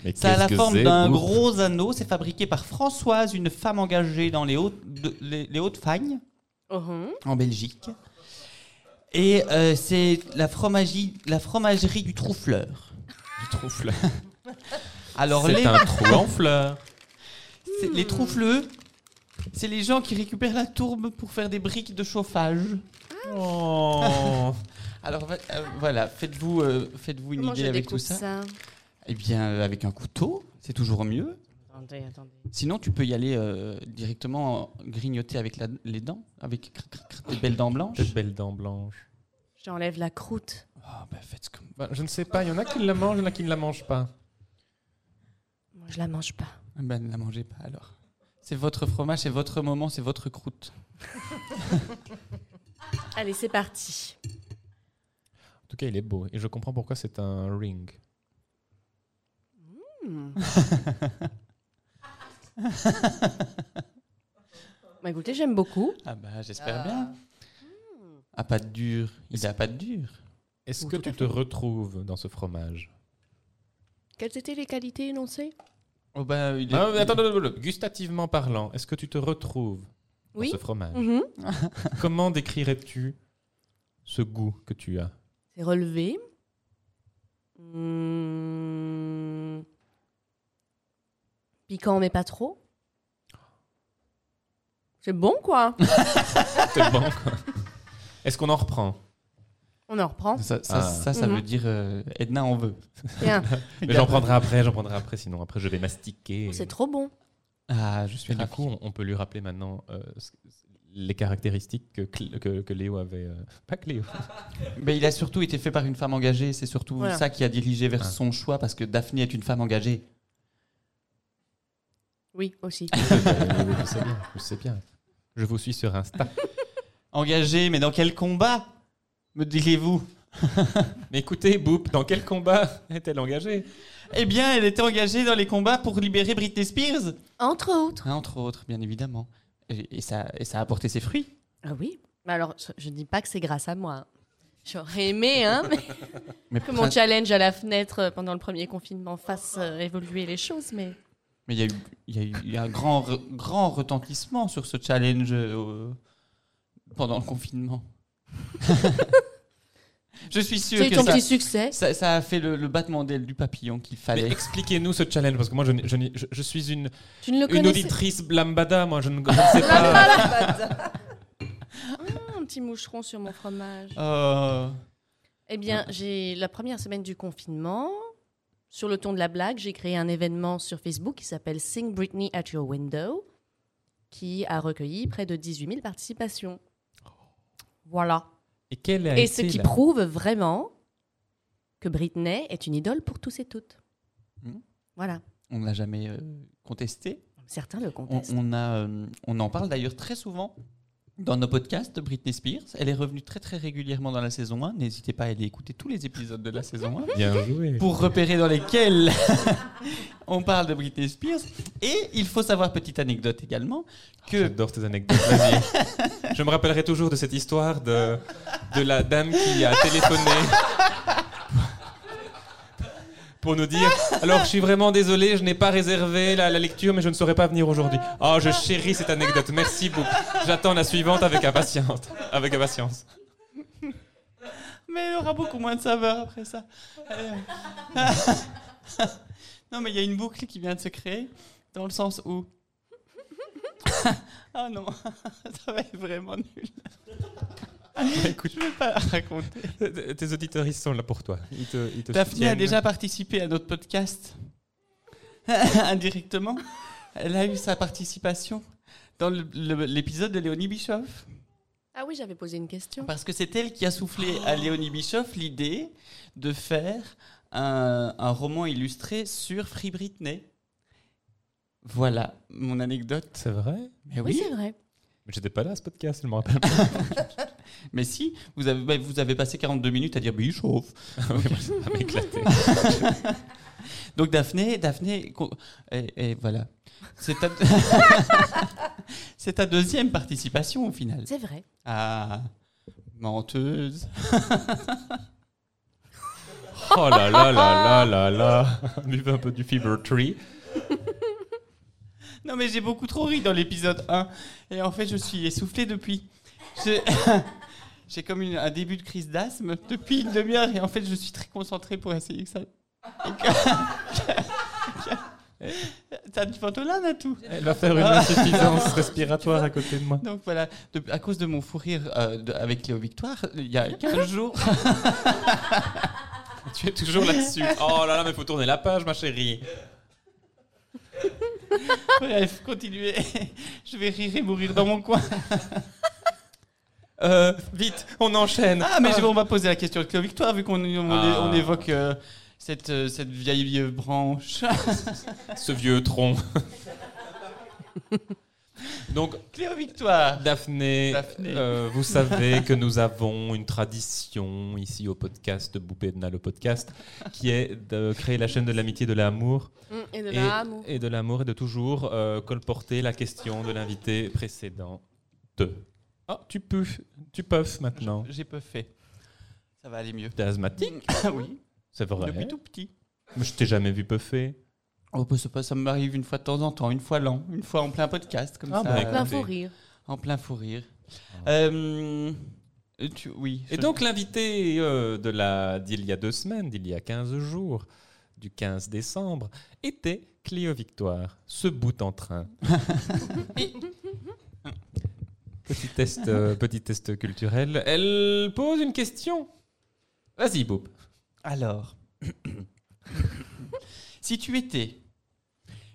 Mais
Ça a
qu'est-ce
la
que
forme
c'est,
d'un
ouf.
gros anneau. C'est fabriqué par Françoise, une femme engagée dans les Hautes- de- les- les Hautes-Fagnes,
Uhum.
en Belgique. Et euh, c'est la fromagerie, la fromagerie du Troufleur.
Du troufle.
Alors les,
C'est un trou en fleurs.
c'est- les troufleux, c'est les gens qui récupèrent la tourbe pour faire des briques de chauffage.
Oh.
Alors va- euh, voilà, faites-vous euh, faites-vous une
Comment je
idée avec tout
découpe
ça.
ça
Eh bien, euh, avec un couteau, c'est toujours mieux.
Attendez, attendez.
Sinon, tu peux y aller euh, directement grignoter avec la- les dents, avec cr- cr- cr- tes belles dents blanches.
De belles dents blanches.
J'enlève la croûte.
Ah, bah, faites comme-
Bah, je ne sais pas, il y en a qui la mangent, il y en a qui ne la mangent pas.
Moi, je la mange pas.
Ah, bah, ne la mangez pas alors. C'est votre fromage, c'est votre moment, c'est votre croûte.
Allez, c'est parti.
En tout cas, il est beau et je comprends pourquoi c'est un ring.
Hmm. bah écoutez, j'aime beaucoup.
Ah bah j'espère bien. À pâte dure, il a pâte dure.
Est-ce
Oui,
que
tout
tu
à
te retrouves dans ce fromage
Quelles étaient les qualités énoncées
Oh bah il est...
Non, Ah, mais attends, attends, attends, attends. gustativement parlant, est-ce que tu te retrouves
Oui.
dans ce fromage
Mhm.
Comment décrirais-tu ce goût que tu as
C'est relevé. Hmm. Piquant, mais pas trop. C'est bon, quoi.
C'est bon, quoi. Est-ce qu'on en reprend
On en reprend.
Ça, ça,
Ah.
ça, ça
Mhm.
veut dire euh, Edna en veut.
Bien.
Mais J'en prendrai après, j'en prendrai après, sinon après je vais mastiquer.
C'est trop bon.
Ah, je suis
Mais du
ravi.
coup, on- on peut lui rappeler maintenant euh, ce- les caractéristiques que, Cl- que, que Léo avait. euh, Pas que Léo.
Mais il a surtout été fait par une femme engagée. C'est surtout
Voilà.
ça qui a dirigé vers
Ah.
son choix parce que Daphné est une femme engagée.
Oui, aussi.
je sais bien, je sais bien. Je vous suis sur Insta.
Engagée, mais dans quel combat Me direz-vous
Mais écoutez, Boop, dans quel combat est-elle engagée
Eh bien, elle était engagée dans les combats pour libérer Britney Spears.
Entre autres.
Hein, entre autres, bien évidemment. Et, et ça, et ça a apporté ses fruits.
Ah oui. Mais alors, je- je ne dis pas que c'est grâce à moi. hein. J'aurais aimé, hein, mais
Mais
que
prin-
mon challenge à la fenêtre euh, pendant le premier confinement fasse euh, évoluer les choses, mais
Mais il y a eu, il y a eu- il y a un grand, re- grand retentissement sur ce challenge euh, pendant le confinement. Je suis sûr
C'est
que
ton
ça,
petit succès.
ça, ça a fait le, le battement d'aile du papillon qu'il
Mais
fallait.
expliquez-nous ce challenge, parce que moi, je, n'ai- je n'ai- je- je suis une,
Tu ne le
une
connaissais
auditrice blambada, moi, je ne, je ne sais pas.
Voilà.
pas. Un petit moucheron sur mon fromage.
Euh,
Ah. Eh bien, j'ai la première semaine du confinement. Sur le ton de la blague, j'ai créé un événement sur Facebook qui s'appelle Sing Britney at Your Window, qui a recueilli près de 18 000 participations. Voilà.
Et quelle a
Et
été
ce qui
la-
prouve vraiment que Britney est une idole pour tous et toutes.
Mhm.
Voilà.
on ne l'a jamais euh, contesté.
Certains le
On,
contestent.
on a, euh, on en parle d'ailleurs très souvent dans nos podcasts de Britney Spears. Elle est revenue très très régulièrement dans la saison 1. N'hésitez pas à aller écouter tous les épisodes de la saison 1
Bien joué.
pour repérer dans lesquels on parle de Britney Spears. Et il faut savoir, petite anecdote également, que
J'adore tes anecdotes. Vas-y. je me rappellerai toujours de cette histoire de, de la dame qui a téléphoné pour nous dire Alors, je suis vraiment désolé, je n'ai pas réservé la, la lecture, mais je ne saurais pas venir aujourd'hui. Oh, je chéris cette anecdote. Merci beaucoup. J'attends la suivante avec impatience. Avec impatience.
Mais elle aura beaucoup moins de saveur après ça. Euh. non, mais il y a une boucle qui vient de se créer, dans le sens où... ah non, ça va être vraiment nul.
Écoute,
Je vais pas la raconter.
euh, tes auditeurs, ils sont là pour toi. Ils te, ils te
Daphné a
soutiennent.
déjà participé à notre podcast. Indirectement. Elle a eu sa participation dans le- le- l'épisode de Léonie Bischoff.
Ah oui, j'avais posé une question.
Parce que c'est elle qui a soufflé à Léonie Bischoff l'idée de faire un, un roman illustré sur Free Britney. Voilà mon anecdote.
C'est vrai
Mais
Oui,
oui,
c'est vrai.
Mais J'étais pas là à ce podcast, je me rappelle. pas.
mais si, vous avez, bah, vous avez passé 42 minutes à dire Bischoff.
Ah Oui, moi, ça m'a éclaté.
Donc Daphné, Daphné, co- et, et voilà. C'est ta, c'est ta deuxième participation au final.
C'est vrai.
Ah, menteuse.
Oh là là là là là là Buvez un peu du Fever Tree.
Non mais j'ai beaucoup trop ri dans l'épisode 1 et en fait je suis essoufflé depuis. Je- J'ai comme une- un début de crise d'asthme depuis une demi-heure et en fait je suis très concentré pour essayer que ça... et que- T'as du pantolin à tout
Elle va faire
une
une insuffisance respiratoire à côté de moi.
Donc voilà, de- à cause de mon fou rire euh, de- avec Léo Victoire, il y a 15 jours,
Tu es toujours là-dessus. Oh là là, mais faut tourner la page, ma chérie.
Bref, continuez. Je vais rire et mourir dans mon coin. Euh,
Vite, on enchaîne.
ah, mais je- on va poser la question de Claude Victoire, vu qu'on on-
Ah.
on évoque euh, cette, euh, cette vieille euh, branche.
Ce vieux tronc. Donc,
Cléo Victoire
Daphné,
Daphné.
euh, vous savez que nous avons une tradition ici au podcast de Boupé Edna, le podcast, qui est de créer la chaîne de l'amitié et de l'amour.
Hmm, Et de
Et- euh, Et de l'amour et de toujours euh, colporter la question de l'invité précédent. Deux. Ah, tu peux, tu peux maintenant.
J'ai peu fait. Ça va aller mieux. Ah
T'es asthmatique
oui,
C'est vrai.
depuis tout petit.
Mais Je t'ai jamais vu puffer.
Oh, bah, c'est pas- ça m'arrive une fois de temps en temps, une fois lent, une fois en plein podcast, comme
Ah,
ça.
bah,
euh,
écoute.
Eh ben, faut rire.
en plein fou rire.
Ah.
Euh, tu- oui.
Et
je-
donc l'invité euh, de la d'il y a deux semaines, d'il y a 15 jours, du 15 décembre, était Clio Victoire, ce bout en train. Et- petit, test, euh, petit test culturel. Elle pose une question. Vas-y, Boub.
Alors, si tu étais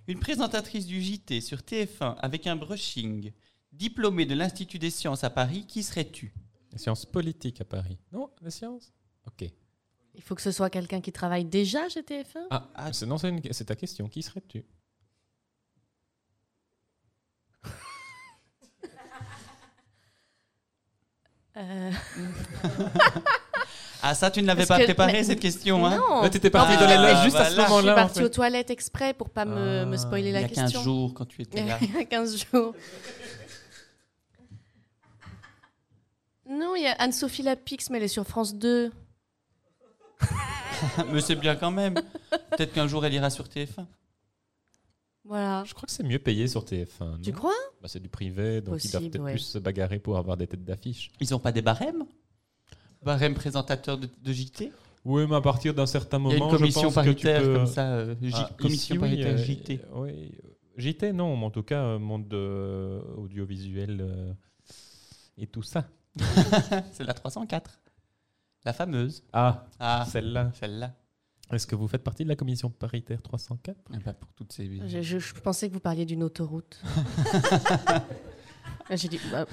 une présentatrice du JT sur TF1 avec un brushing, diplômée de l'Institut des sciences à Paris, qui serais-tu
Les sciences politiques à Paris. Non, les sciences Ok.
Il faut que ce soit quelqu'un qui travaille déjà chez TF1.
Ah, c'est- non, c'est une- c'est ta question. Qui serais-tu
Euh,
Ah ça, tu ne l'avais
Parce
pas
que-
préparé
mais-
cette question, hein
non,
Là, t'étais parti
Ah,
dans les
bah,
loges juste à ce
voilà.
je suis
moment-là. en
partie
fait.
aux toilettes exprès pour pas me,
Ah,
me spoiler
Il y
la
a 15
question.
jours quand tu étais là.
Il y a 15 jours. Non, il y a Anne-Sophie Lapix, mais elle est sur France 2.
Mais c'est bien quand même. Peut-être qu'un jour elle ira sur TF1.
Voilà.
Je crois que c'est mieux payé sur TF1.
Tu
non
crois
Bah, c'est du privé, donc ils doivent
Possible,
peut-être
ouais.
plus se bagarrer pour avoir des têtes d'affiche.
Ils n'ont pas des barèmes barème présentateur de, de JT
Oui, mais à partir d'un certain
Il y
moment,
a une commission
je pense que tu
paritaire
peux-
comme ça, euh, J-
Ah,
commission
ici, oui,
paritaire
euh,
JT.
euh, oui. JT, non, mais en tout cas, euh, monde euh, audiovisuel euh, et tout ça.
C'est la 304. La fameuse.
Ah,
Ah,
celle-là.
celle-là.
Est-ce que vous faites partie de la commission paritaire 304
Eh ben, pour toutes ces...
Je, je- je pensais que vous parliez d'une autoroute. J'ai dit, bah,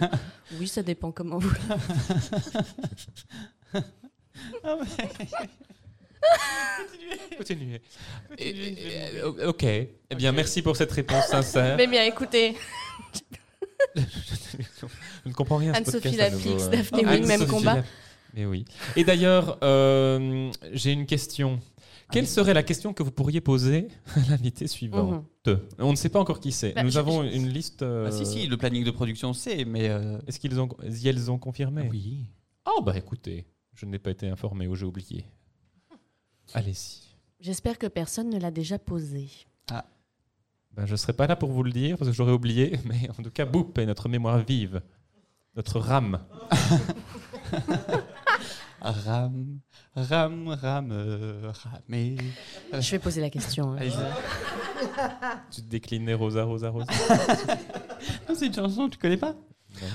oui, ça dépend comment vous.
Continuez. ok. Eh bien, merci pour cette réponse sincère.
Mais bien, écoutez,
Je ne comprends rien. à ce
Anne-Sophie
podcast à nouveau,
Lapix,
euh.
Daphné
Anne-Sophie
Wing, même combat.
Lap- Mais oui. Et d'ailleurs, euh, j'ai une question. Quelle serait la question que vous pourriez poser à l'invité suivant
Mhm.
On ne sait pas encore qui c'est.
Bah,
Nous
je-
avons une liste. euh,
Ah, si, si, le planning de production, c'est, mais... euh, ah
Est-ce qu'ils ont, si elles ont confirmé
Oui.
Oh bah écoutez, je n'ai pas été informé ou j'ai oublié. Allez-y.
J'espère que personne ne l'a déjà posé.
Ben, je ne serai pas là pour vous le dire parce que j'aurais oublié, mais en tout cas, Boop est notre mémoire vive, notre rame.
Ram, ram, ram, euh, ramé.
Je vais poser la question. hein.
Allez-y.
Tu te déclinais Rosa, Rosa, Rosa.
Non, c'est une chanson, tu connais pas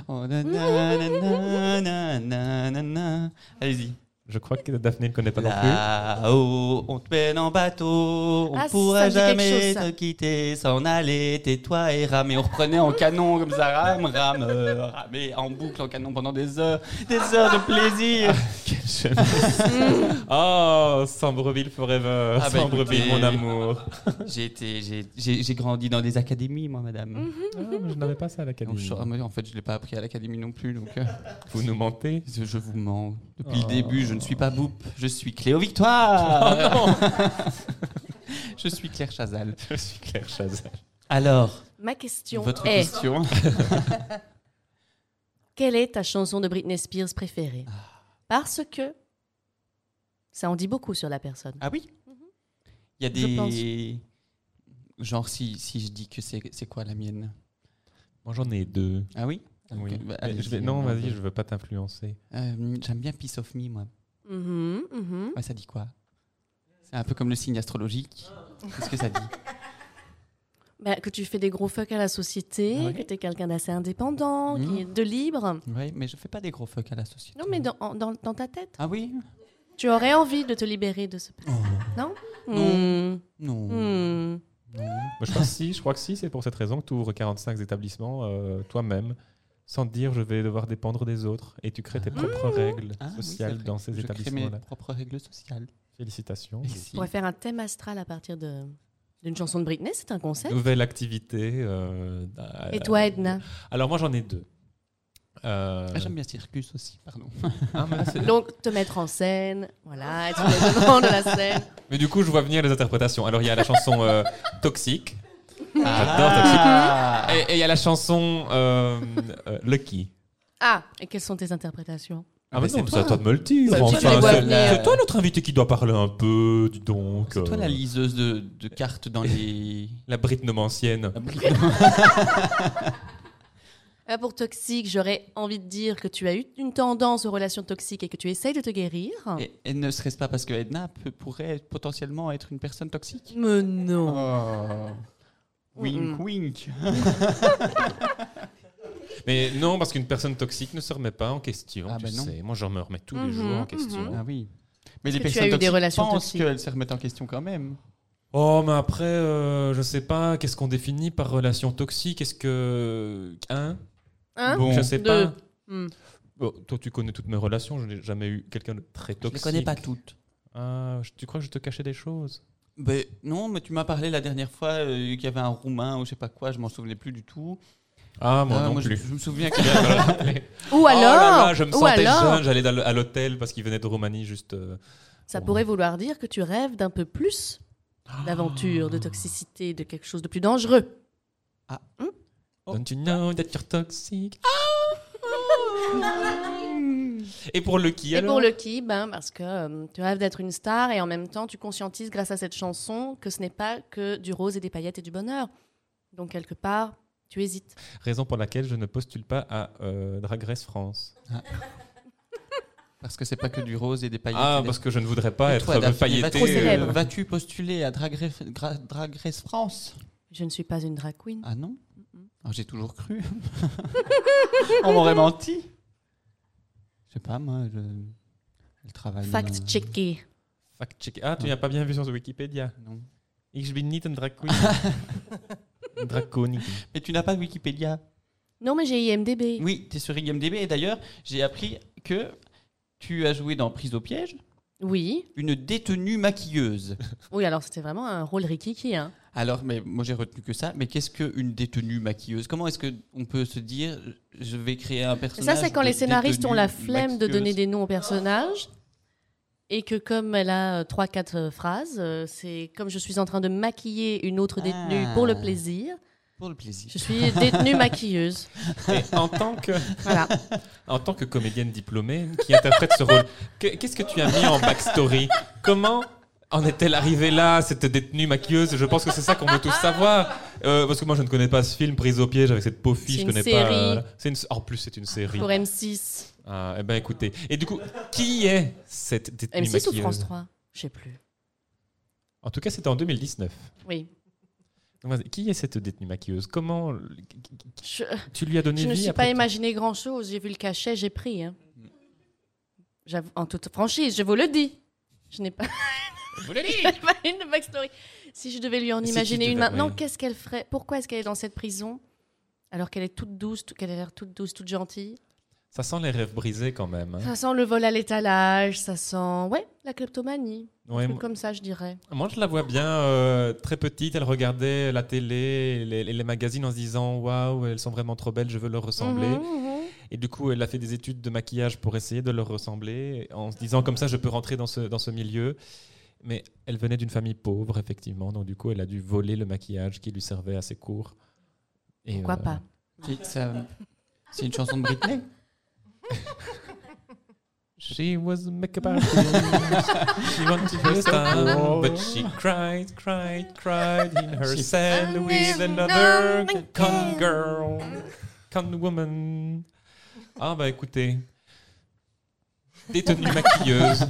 Oh, na, na, na, na, na, na, na. Allez-y.
Je crois que Daphné ne connaît pas non plus.
Là-haut, on te mène en bateau, on
Ah, ça
pourra
me dit quelque
jamais
chose,
te
ça.
quitter, s'en aller, tais-toi et rame. Et on reprenait en canon comme ça, rame, rame, euh, ramé, en boucle en canon pendant des heures, des heures de plaisir.
Quelle chemise. oh, Sambreville Forever,
Ah bah
Sambreville,
écoutez.
mon amour.
J'ai été, j'ai, j'ai, j'ai grandi dans des académies, moi, madame.
Mhm.
je n'avais pas ça à
Donc,
l'académie.
je- ah, mais en fait, je l'ai pas appris à l'académie non plus, donc euh,
Vous nous mentez
je je vous mens. Depuis
Oh.
le début, je ne suis pas Boop, je suis Cléo Victoire. je suis Claire Chazal.
Je suis Claire Chazal.
Alors,
Ma question
votre
est
question.
quelle est ta chanson de Britney Spears
Ah.
préférée Parce que ça en dit beaucoup sur la personne.
Ah oui
Mhm.
Il y a
Je pense.
des. Genre, si, si je dis que c'est c'est quoi la mienne
Moi, j'en ai deux.
Ah oui,
Oui.
Ok, bah,
Mais
allez-y,
je vais- non,
alors.
vas-y, je veux pas t'influencer.
Euh, J'aime bien Piece of Me, moi.
Mhm, mhm.
Ouais, ça dit quoi C'est un peu comme le signe astrologique.
Ah.
Qu'est-ce que ça dit
Bah, que tu fais des gros fuck à la société,
Ouais.
que tu es quelqu'un d'assez indépendant,
Mhm.
qui est de libre.
Ouais, mais je fais pas des gros fuck à la société.
Non, mais dans, en- dans- dans ta tête,
Ah oui
tu aurais envie de te libérer de ce. Non
Non.
Mhm,
Non.
mhm.
Moi, je pense si, je crois que si, c'est pour cette raison que tu ouvres 45 établissements euh, toi-même, sans te dire je vais devoir dépendre des autres, et tu crées tes
Ah.
propres règles
Ah oui,
sociales
c'est vrai.
dans ces
je crée mes
établissements-là.
propres règles sociales.
Félicitations.
On pourrait faire un thème astral à partir de d'une chanson de Britney, c'est un concept.
Nouvelle activité. euh, à-
Et toi, Edna
Alors moi j'en ai deux. Euh,
Ah, J'aime bien Circus aussi, pardon.
ah, mais, là, c'est-
Donc, te mettre en scène, voilà, être le devant de la scène.
Mais du coup je vois venir les interprétations. Alors il y a la chanson euh, Toxique
Ah,
Eh,
et et il y a la chanson euh, euh, Lucky.
Ah, et quelles sont tes interprétations
Ah
bah,
mais
c'est
non,
toi.
ça te me le dire.
Bah, tu
enfin,
les vois
c'est
venir.
c'est toi notre invité qui doit parler un peu, dis donc.
C'est toi
euh,
la liseuse de, de cartes dans les.
La britnomancienne.
Ah, Pour toxique, j'aurais envie de dire que tu as eu une tendance aux relations toxiques et que tu essayes de te guérir.
Et, et ne serait-ce pas parce que Edna peut- pourrait potentiellement être une personne toxique
Mais non. Oh.
Wink, wink.
Mm-hmm.
Mais non, parce qu'une personne toxique ne se remet pas en question.
Ah
tu
bah non.
sais. Moi, je me remets tous les
Mhm,
jours en question.
mhm.
Ah oui. Mais les
que tu as
personnes
eu des
toxiques
relations
pensent
toxiques
qu'elles se remettent en question quand même.
Oh, mais après, euh, je sais pas, qu'est-ce qu'on définit par relation toxique Est-ce que. Un
Hein
Bon.
Je sais
Deux.
pas.
Hmm.
Bon, toi, tu connais toutes mes relations, je n'ai jamais eu quelqu'un de très
Je ne
toxique.
les connais pas toutes.
Ah, je- tu crois que je te cachais des choses
Ben, non, mais tu m'as parlé la dernière fois euh, qu'il y avait un Roumain ou je sais pas quoi, je m'en souvenais plus du tout.
Ah, moi
Ah,
non
moi, je,
plus.
je me souviens que.
Ou
Ou alors,
Oh Je me
ou
sentais
alors,
jeune, j'allais dans le- à l'hôtel parce qu'il venait de Roumanie juste. euh,
ça pourrait vouloir dire que tu rêves d'un peu plus d'aventure,
Ah.
de toxicité, de quelque chose de plus dangereux.
Oh.
Don't you know that you're toxic Et pour le qui
Et
alors
pour le qui, ben, parce que euh, tu rêves d'être une star et en même temps, tu conscientises grâce à cette chanson que ce n'est pas que du rose et des paillettes et du bonheur. Donc, quelque part, tu hésites.
Raison pour laquelle je ne postule pas à euh, Drag Race France.
Parce que c'est pas que du rose et des paillettes.
Ah, parce que je ne voudrais pas être euh, pailleté.
Trop
Vas-tu
célèbre.
vas-tu postuler à Drag Race, Gra- Drag Race France
Je ne suis pas une drag queen.
Ah non Ah, J'ai toujours cru. On m'aurait menti. Je sais pas, moi, je... elle travaille. euh,
Fact checké.
Fact check. Ah, tu n'as pas bien vu sur Wikipédia.
non.
Ich bin nicht ein Drag Queen. Draconique.
Mais tu n'as pas de Wikipédia.
Non, mais j'ai IMDB.
Oui, tu es sur IMDB. Et d'ailleurs, j'ai appris que tu as joué dans Prise au piège
Oui.
une détenue maquilleuse.
Oui, alors c'était vraiment un rôle rikiki. Hein.
Alors, mais moi j'ai retenu que ça. Mais qu'est-ce qu'une détenue maquilleuse Comment est-ce que on peut se dire je vais créer un personnage
Ça, c'est quand
de
les scénaristes ont la
détenue
flemme de
maquilleuse
donner des noms aux personnages. Et que comme elle a 3-4 phrases, euh, c'est comme je suis en train de maquiller une autre détenue
Ah.
pour le plaisir.
pour le plaisir.
Je suis détenue maquilleuse.
Et en tant que,
Voilà.
en tant que comédienne diplômée qui interprète ce rôle, que- qu'est-ce que tu as mis en backstory Comment en est-elle arrivée là, cette détenue maquilleuse Je pense que c'est ça qu'on veut tous savoir. Euh, parce que moi, je ne connais pas ce film, Prise au piège avec cette pauvre fille.
C'est
je
une
connais pas.
série.
euh, c'est une, en plus, c'est une série.
Pour M6.
Ah, eh ben écoutez. Et du coup, qui est cette détenue
M6 ou
maquilleuse
France 3 Je sais plus.
En tout cas, c'était en 2019.
Oui.
Donc, vas-y, Qui est cette détenue maquilleuse Comment
Je,
tu lui as donné
je ne
vie
suis
après
pas
tout
imaginé grand-chose. J'ai vu le cachet, j'ai pris. hein. J'avoue- En toute franchise, je vous le dis. Je n'ai pas pas une backstory. Si je devais lui en
Si tu
imaginer une
devais,
maintenant,
oui.
qu'est-ce qu'elle ferait Pourquoi est-ce qu'elle est dans cette prison alors qu'elle est toute douce, tout- qu'elle a l'air toute douce, toute gentille
Ça sent les rêves brisés quand même. hein.
Ça sent le vol à l'étalage, ça sent, ouais, la kleptomanie. Un
Ouais,
truc
moi-
comme ça, Ah, je dirais.
Moi, je la vois bien euh, très petite. Elle regardait la télé et les, les magazines en se disant Waouh, elles sont vraiment trop belles, je veux leur ressembler.
Mhm, mhm.
Et du coup, elle a fait des études de maquillage pour essayer de leur ressembler, en se disant Comme ça, je peux rentrer dans ce, dans ce milieu. Mais elle venait d'une famille pauvre, effectivement. Donc, du coup, elle a dû voler le maquillage qui lui servait à ses cours. Et,
Pourquoi
euh,
pas
C'est- ça- C'est une chanson de Britney.
She was a makeup artist. she wanted to be a star, but she cried, cried, cried in her
She-
cell with another con girl, con woman. Ah bah écoutez, détenue maquilleuse.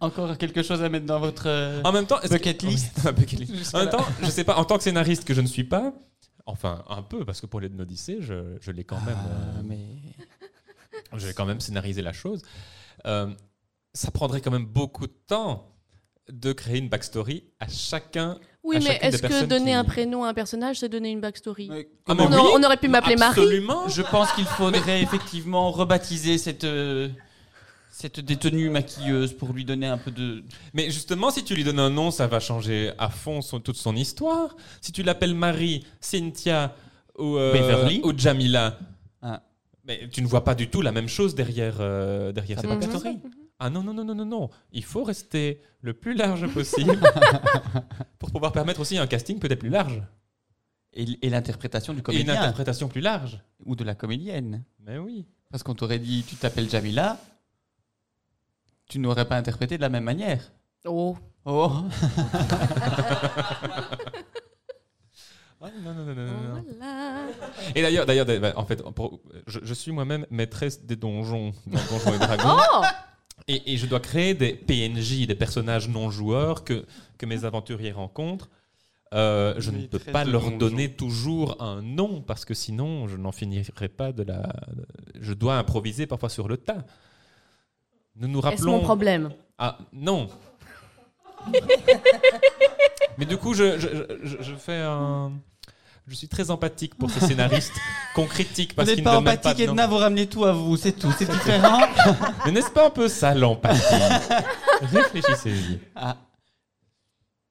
Encore quelque chose à mettre dans votre. euh,
En même temps, est-ce que-
Bucket list.
Ah, bucket list. En
Jusque-là.
même temps, je sais pas. En tant que scénariste que je ne suis pas, enfin un peu parce que pour les Odyssée, je, je l'ai quand même.
Ah,
euh,
mais
Je vais quand même scénariser la chose. Euh, ça prendrait quand même beaucoup de temps de créer une backstory à chacun.
Oui,
À
mais
chacune des
est-ce que
personnes
donner
qui-
un prénom à un personnage, c'est donner une backstory
Ah, mais
on,
oui,
aurait- on aurait pu m'appeler Marie.
Absolument.
Je pense qu'il faudrait effectivement rebaptiser cette, euh, cette détenue maquilleuse pour lui donner un peu de.
Mais justement, si tu lui donnes un nom, ça va changer à fond son- toute son histoire. Si tu l'appelles Marie, Cynthia ou, euh,
Beverly.
ou Jamila,
Ah.
mais tu ne vois pas du tout la même chose derrière, euh, derrière cette
Mhm.
backstory. Ah non, non, non, non, non, non. Il faut rester le plus large possible pour pouvoir permettre aussi un casting peut-être plus large.
Et, l- et l'interprétation
Et
du
une
comédien
interprétation plus large.
ou de la comédienne.
Mais oui.
Parce qu'on t'aurait dit tu t'appelles Jamila, tu n'aurais pas interprété de la même manière.
Oh,
Oh
Ah, non, non, non, non, non, non.
voilà.
Et d'ailleurs, d'ailleurs, d'ailleurs, bah, en fait, pour- je, je suis moi-même maîtresse des donjons dans Donjons et Dragons,
Oh
et, et je dois créer des PNJ, des personnages non joueurs que que mes aventuriers rencontrent. Euh, je ne peux
Maîtresse
pas
de
leur
donjons.
donner toujours un nom parce que sinon je n'en finirai pas de la. Je dois improviser parfois sur le tas. Nous nous
Est-ce
rappelons.
mon problème
Ah non. Mais du coup, je, je, je- je fais un. Je suis très empathique pour ces scénaristes qu'on critique
Vous
parce
n'êtes
qu'ils ne
pas
donnent pas
empathique,
de nom.
Edna, vous ramenez tout à vous, c'est tout, c'est différent.
Mais n'est-ce pas un peu ça l'empathie Réfléchissez-y.
Ah.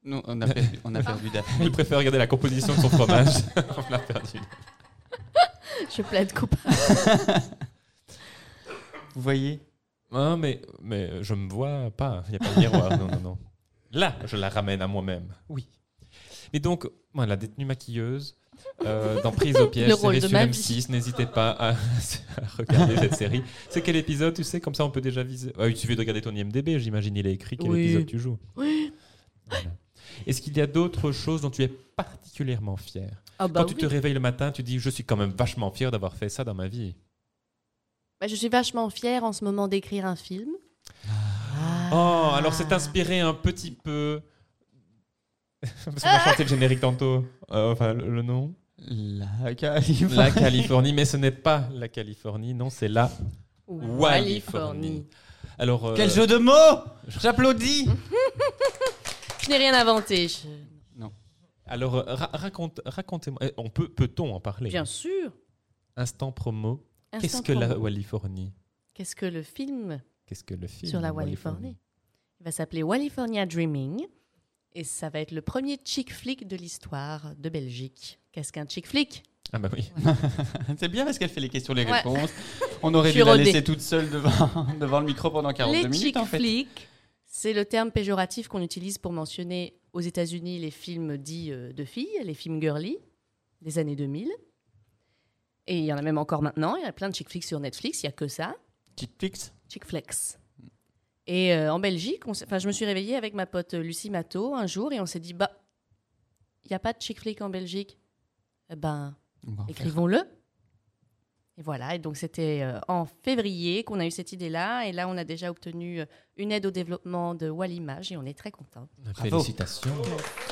Non, on a perdu, on a perdu Daphné.
Il préfère regarder la composition de son fromage. On l'a perdu.
Je plaide coupable.
Vous voyez
Non, mais, mais je me vois pas. Il n'y a pas de miroir. Non, non, non. Là, je la ramène à moi-même. Oui. Mais donc, voilà, détenue maquilleuse, euh, dans Prise au piège,
Le rôle
série
de
sur
ma
M6, n'hésitez pas à, à regarder cette série. C'est quel épisode, tu sais, comme ça on peut déjà viser. Ah, il suffit de regarder ton IMDB, j'imagine, il est écrit quel
Oui.
épisode tu joues. Voilà. Est-ce qu'il y a d'autres choses dont tu es particulièrement fier
Ah bah
Quand tu
oui.
te réveilles le matin, tu dis, je suis quand même vachement fier d'avoir fait ça dans ma vie.
Bah, je suis vachement fière en ce moment d'écrire un film.
Oh, alors c'est inspiré un petit peu. Parce qu'on a chanté le générique tantôt. Euh, enfin, le, le nom.
La Californie.
La Californie, mais ce n'est pas la Californie, non, c'est la Californie. Alors, euh,
Quel jeu de mots J'applaudis
Je n'ai rien inventé. je-
alors euh, ra- raconte, racontez-moi. Eh, On peut, peut-on en parler
Bien sûr.
Instant promo. Qu'est-ce
Instant
que la
promo.
Californie
Qu'est-ce que le film
Qu'est-ce que le film
sur la
Californie
Californie Il va s'appeler California Dreaming et ça va être le premier chick flick de l'histoire de Belgique. Qu'est-ce qu'un chick flick
Ah bah oui.
C'est bien parce qu'elle fait les questions, les
Ouais.
réponses. On aurait
Je
dû
suis
la
rodée.
laisser toute seule devant, devant le micro pendant 42
Les
minutes
chick
en fait.
flick, c'est le terme péjoratif qu'on utilise pour mentionner aux États-Unis les films dits euh, de filles, les films girly des années 2000. Et il y en a même encore maintenant, il y a plein de chick flicks sur Netflix, il y a que ça.
Chick flicks.
Chick flex. Et euh, en Belgique, on s'est- enfin, je me suis réveillée avec ma pote euh, Lucie Matteau un jour et on s'est dit bah, il n'y a pas de chick flick en Belgique. Eh ben,
On va en faire.
écrivons-le. Et voilà, et donc c'était euh, en février qu'on a eu cette idée-là. Et là, on a déjà obtenu euh, une aide au développement de Wallimage et on est très contents.
Félicitations.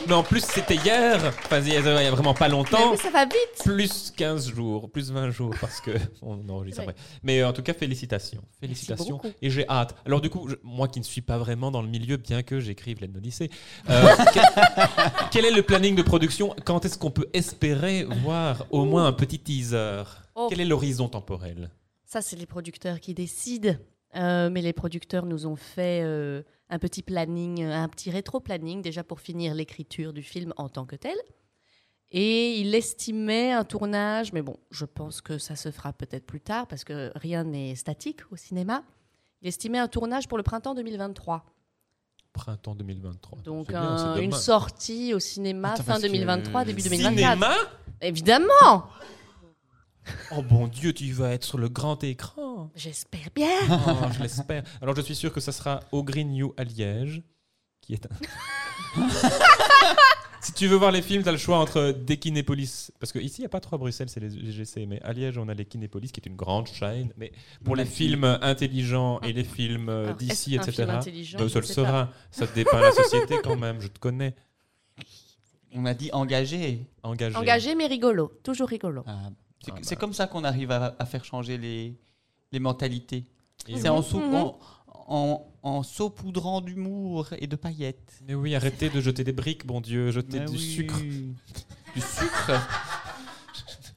Mais en plus, c'était hier. Enfin, il y a il y a vraiment pas
Mais
longtemps.
oui, ça va vite
plus 15 jours, plus 20 jours, parce que on enregistre
C'est vrai.
après. Mais euh, en tout cas, félicitations. Félicitations.
beaucoup.
Et j'ai hâte. Alors, du coup, je- moi qui ne suis pas vraiment dans le milieu, bien que j'écrive l'aide Odyssée, euh, que- quel est le planning de production Quand est-ce qu'on peut espérer voir au moins un petit teaser
Oh.
Quel est l'horizon temporel
Ça, c'est les producteurs qui décident. Euh, mais les producteurs nous ont fait euh, un petit planning, euh, un petit rétro-planning, déjà pour finir l'écriture du film en tant que tel. Et il estimait un tournage, mais bon, je pense que ça se fera peut-être plus tard, parce que rien n'est statique au cinéma. Il estimait un tournage pour le printemps 2023.
Printemps 2023.
Donc
C'est bien,
un-
c'est demain.
une sortie au cinéma
Attends,
fin
parce que
2023,
le
début 2024.
Cinéma
Évidemment
Oh bon Dieu, tu vas être sur le grand écran
J'espère bien
Oh, je l'espère. Alors, je suis sûr que ça sera au Green New à Liège, qui est un. si tu veux voir les films, tu as le choix entre des Kinépolis. Parce qu'ici, il n'y a pas trop à Bruxelles, c'est les GGC. Mais à Liège, on a les Kinépolis, qui est une grande chaîne. Mais pour les films intelligents et les films euh,
Alors,
d'ici,
est-ce un
etc.,
film intelligent
ben,
Je
ça
ne
le
sais pas.
sera. Ça te dépeint la société quand même, je te connais.
On a dit engagé.
Engagé.
Engagé mais rigolo, toujours rigolo.
Ah, c'est
Ah
c'est
bah.
comme ça qu'on arrive à, à faire changer les, les mentalités.
Et
C'est en,
oui.
sau-
Mhm.
en, en- en saupoudrant d'humour et de paillettes.
Mais oui, arrêtez de jeter des briques, bon Dieu, jetez
Mais
du
oui.
sucre.
Du sucre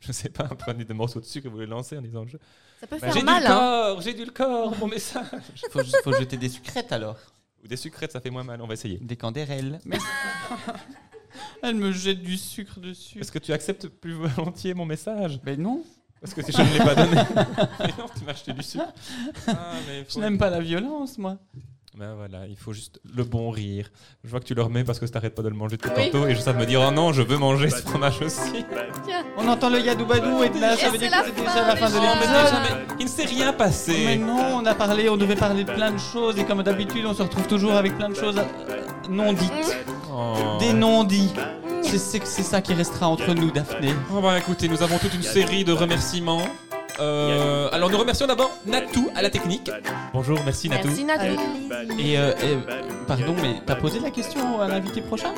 Je sais pas, prenez des morceaux de sucre et vous les lancez en disant je-
Ça peut
Bah, J'ai
faire
du
mal, hein.
corps, j'ai du le corps, mon message.
faut, faut jeter des sucrettes alors.
Ou des sucrètes, ça fait moins mal, on va essayer.
Des candérelles. Mais- Elle me jette du sucre dessus.
Est-ce que tu acceptes plus volontiers mon message
Mais non,
Parce que je ne l'ai pas donné. mais non, tu m'as acheté du sucre. Ah, mais il
je
faut-
n'aime pas la violence, moi.
Ben voilà, il faut juste le bon rire. Je vois que tu le remets parce que tu n'arrêtes pas de le manger depuis
Oui.
tantôt et je ça me dire oh non, je veux manger ce fromage aussi.
On entend le Yadoubadou et là, ça
Et
veut
c'est
dire
la
que c'est déjà
fin,
la fin de
déjà.
Mais
l'épisode.
déjà, mais il ne s'est rien
Oh, Mais
passé.
non, on a parlé, on devait parler de plein de choses et comme d'habitude, on se retrouve toujours avec plein de choses euh, non dites,
Oh.
des non dits. C'est c'est- c'est ça qui restera entre nous, Daphné.
Oh bah écoutez, nous avons toute une série de remerciements. Euh, alors nous remercions d'abord Natou à la technique. Bonjour, merci Natou.
Merci Natou.
Bah,
Et, euh, et, euh, pardon, mais t'as posé la question à l'invité prochain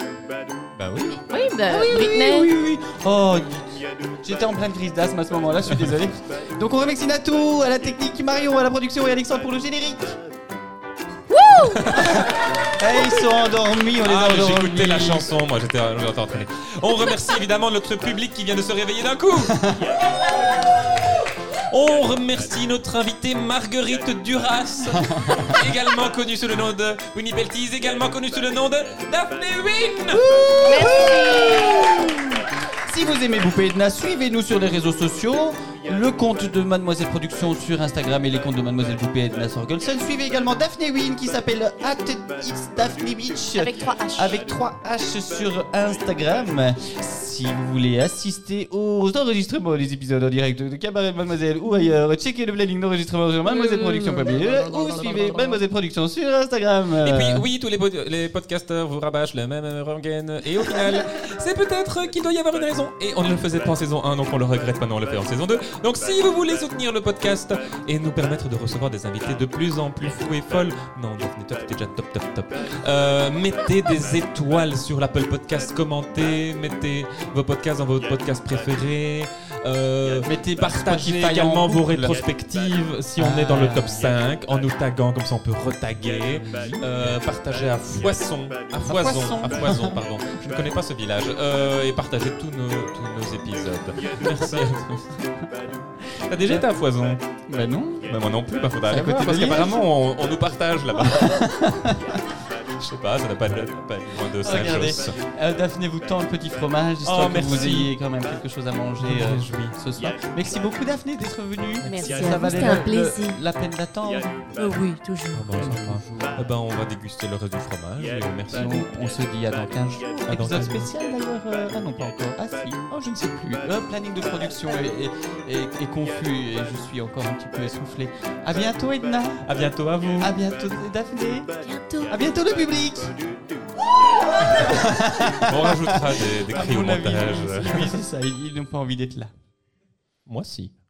Bah oui.
Oui, bah, Whitney.
oui, oui. Oh, j'étais en pleine crise d'asthme à ce moment-là, je suis désolé. Donc on remercie Natou, à la technique, Mario, à la production et Alexandre pour le générique. Hey, Eh, ils sont endormis, on les
Ah,
a
mais
endormis.
j'écoutais la chanson, moi j'étais j'étais entraîné. On remercie évidemment notre public qui vient de se réveiller d'un coup. On remercie notre invitée Marguerite Duras, également connue sous le nom de Winnie Beltis, également connue sous le nom de Daphné Wynne.
Si vous aimez Boupé Edna, suivez-nous sur les réseaux sociaux. Le compte de Mademoiselle Production sur Instagram et les comptes de Mademoiselle Boupé Edna sur Golsen. Suivez également Daphné Wynne qui s'appelle at it's Daphne Beach.
Avec 3 H.
Ah,
avec 3H sur Instagram. Si vous voulez assister aux enregistrements des épisodes en direct de Cabaret de Mademoiselle ou ailleurs, checkez le planning d'enregistrement sur Mademoiselle Production E ou suivez Mademoiselle Production sur Instagram.
Et puis oui, tous les, pod- les podcasteurs vous rabâchent le même rengaine. Et au final, c'est peut-être qu'il doit y avoir une raison. Et on le faisait pas en saison 1, donc on le regrette maintenant, on le fait en saison 2. Donc si vous voulez soutenir le podcast et nous permettre de recevoir des invités de plus en plus fous et folles, non, Daphné Top, t'es déjà top, top, top. Euh, mettez des étoiles sur l'Apple Podcast, commentez, mettez vos podcasts dans votre podcast préféré. Euh,
Mettez par
Partagez
Spotify
également
en
vos
boucle.
rétrospectives si on
Ah.
est dans le top 5 en nous taguant comme ça on peut retaguer. Euh, partagez à foison, à foison,
foison.
à foison, pardon. Je ne connais pas ce village. Euh, et partagez tous nos, tous nos épisodes. Merci à tous. T'as déjà été à foison
Bah non.
bah Moi non plus, bah faudra aller
C'est à
voir,
côté de
parce
Liège.
qu'apparemment on, on nous partage là-bas. Je sais pas, ça n'a pas, de- pas moins de 5
Regardez.
choses.
Euh, Daphné vous tend le petit fromage, histoire
Oh,
que vous
merci.
ayez quand même quelque chose à manger
Je me
euh,
réjouis.
ce soir. Merci beaucoup Daphné d'être venue.
Merci
à
Ça
vous,
valait
c'était un
le-
plaisir.
le- la peine d'attendre.
Euh, oui, toujours.
Ah bon, ça va. Eh ben, on va déguster le reste du fromage. et merci.
Sinon, Ah, on se dit à Ah, dans 15 jours.
À dans
Épisode
15 jours.
spécial d'ailleurs. euh, bah, ah non, pas encore. Ah si. Oh, je ne sais plus. Le planning de production est, est- est- est confus et je suis encore un petit peu essoufflé. À bientôt Edna.
À bientôt à vous.
À bientôt Daphné.
bah,
Bientôt.
À bientôt le public.
On rajoutera des, des
À
cris au
mon avis,
montage.
oui, c'est ça. Ils ils n'ont pas envie d'être là.
Moi si.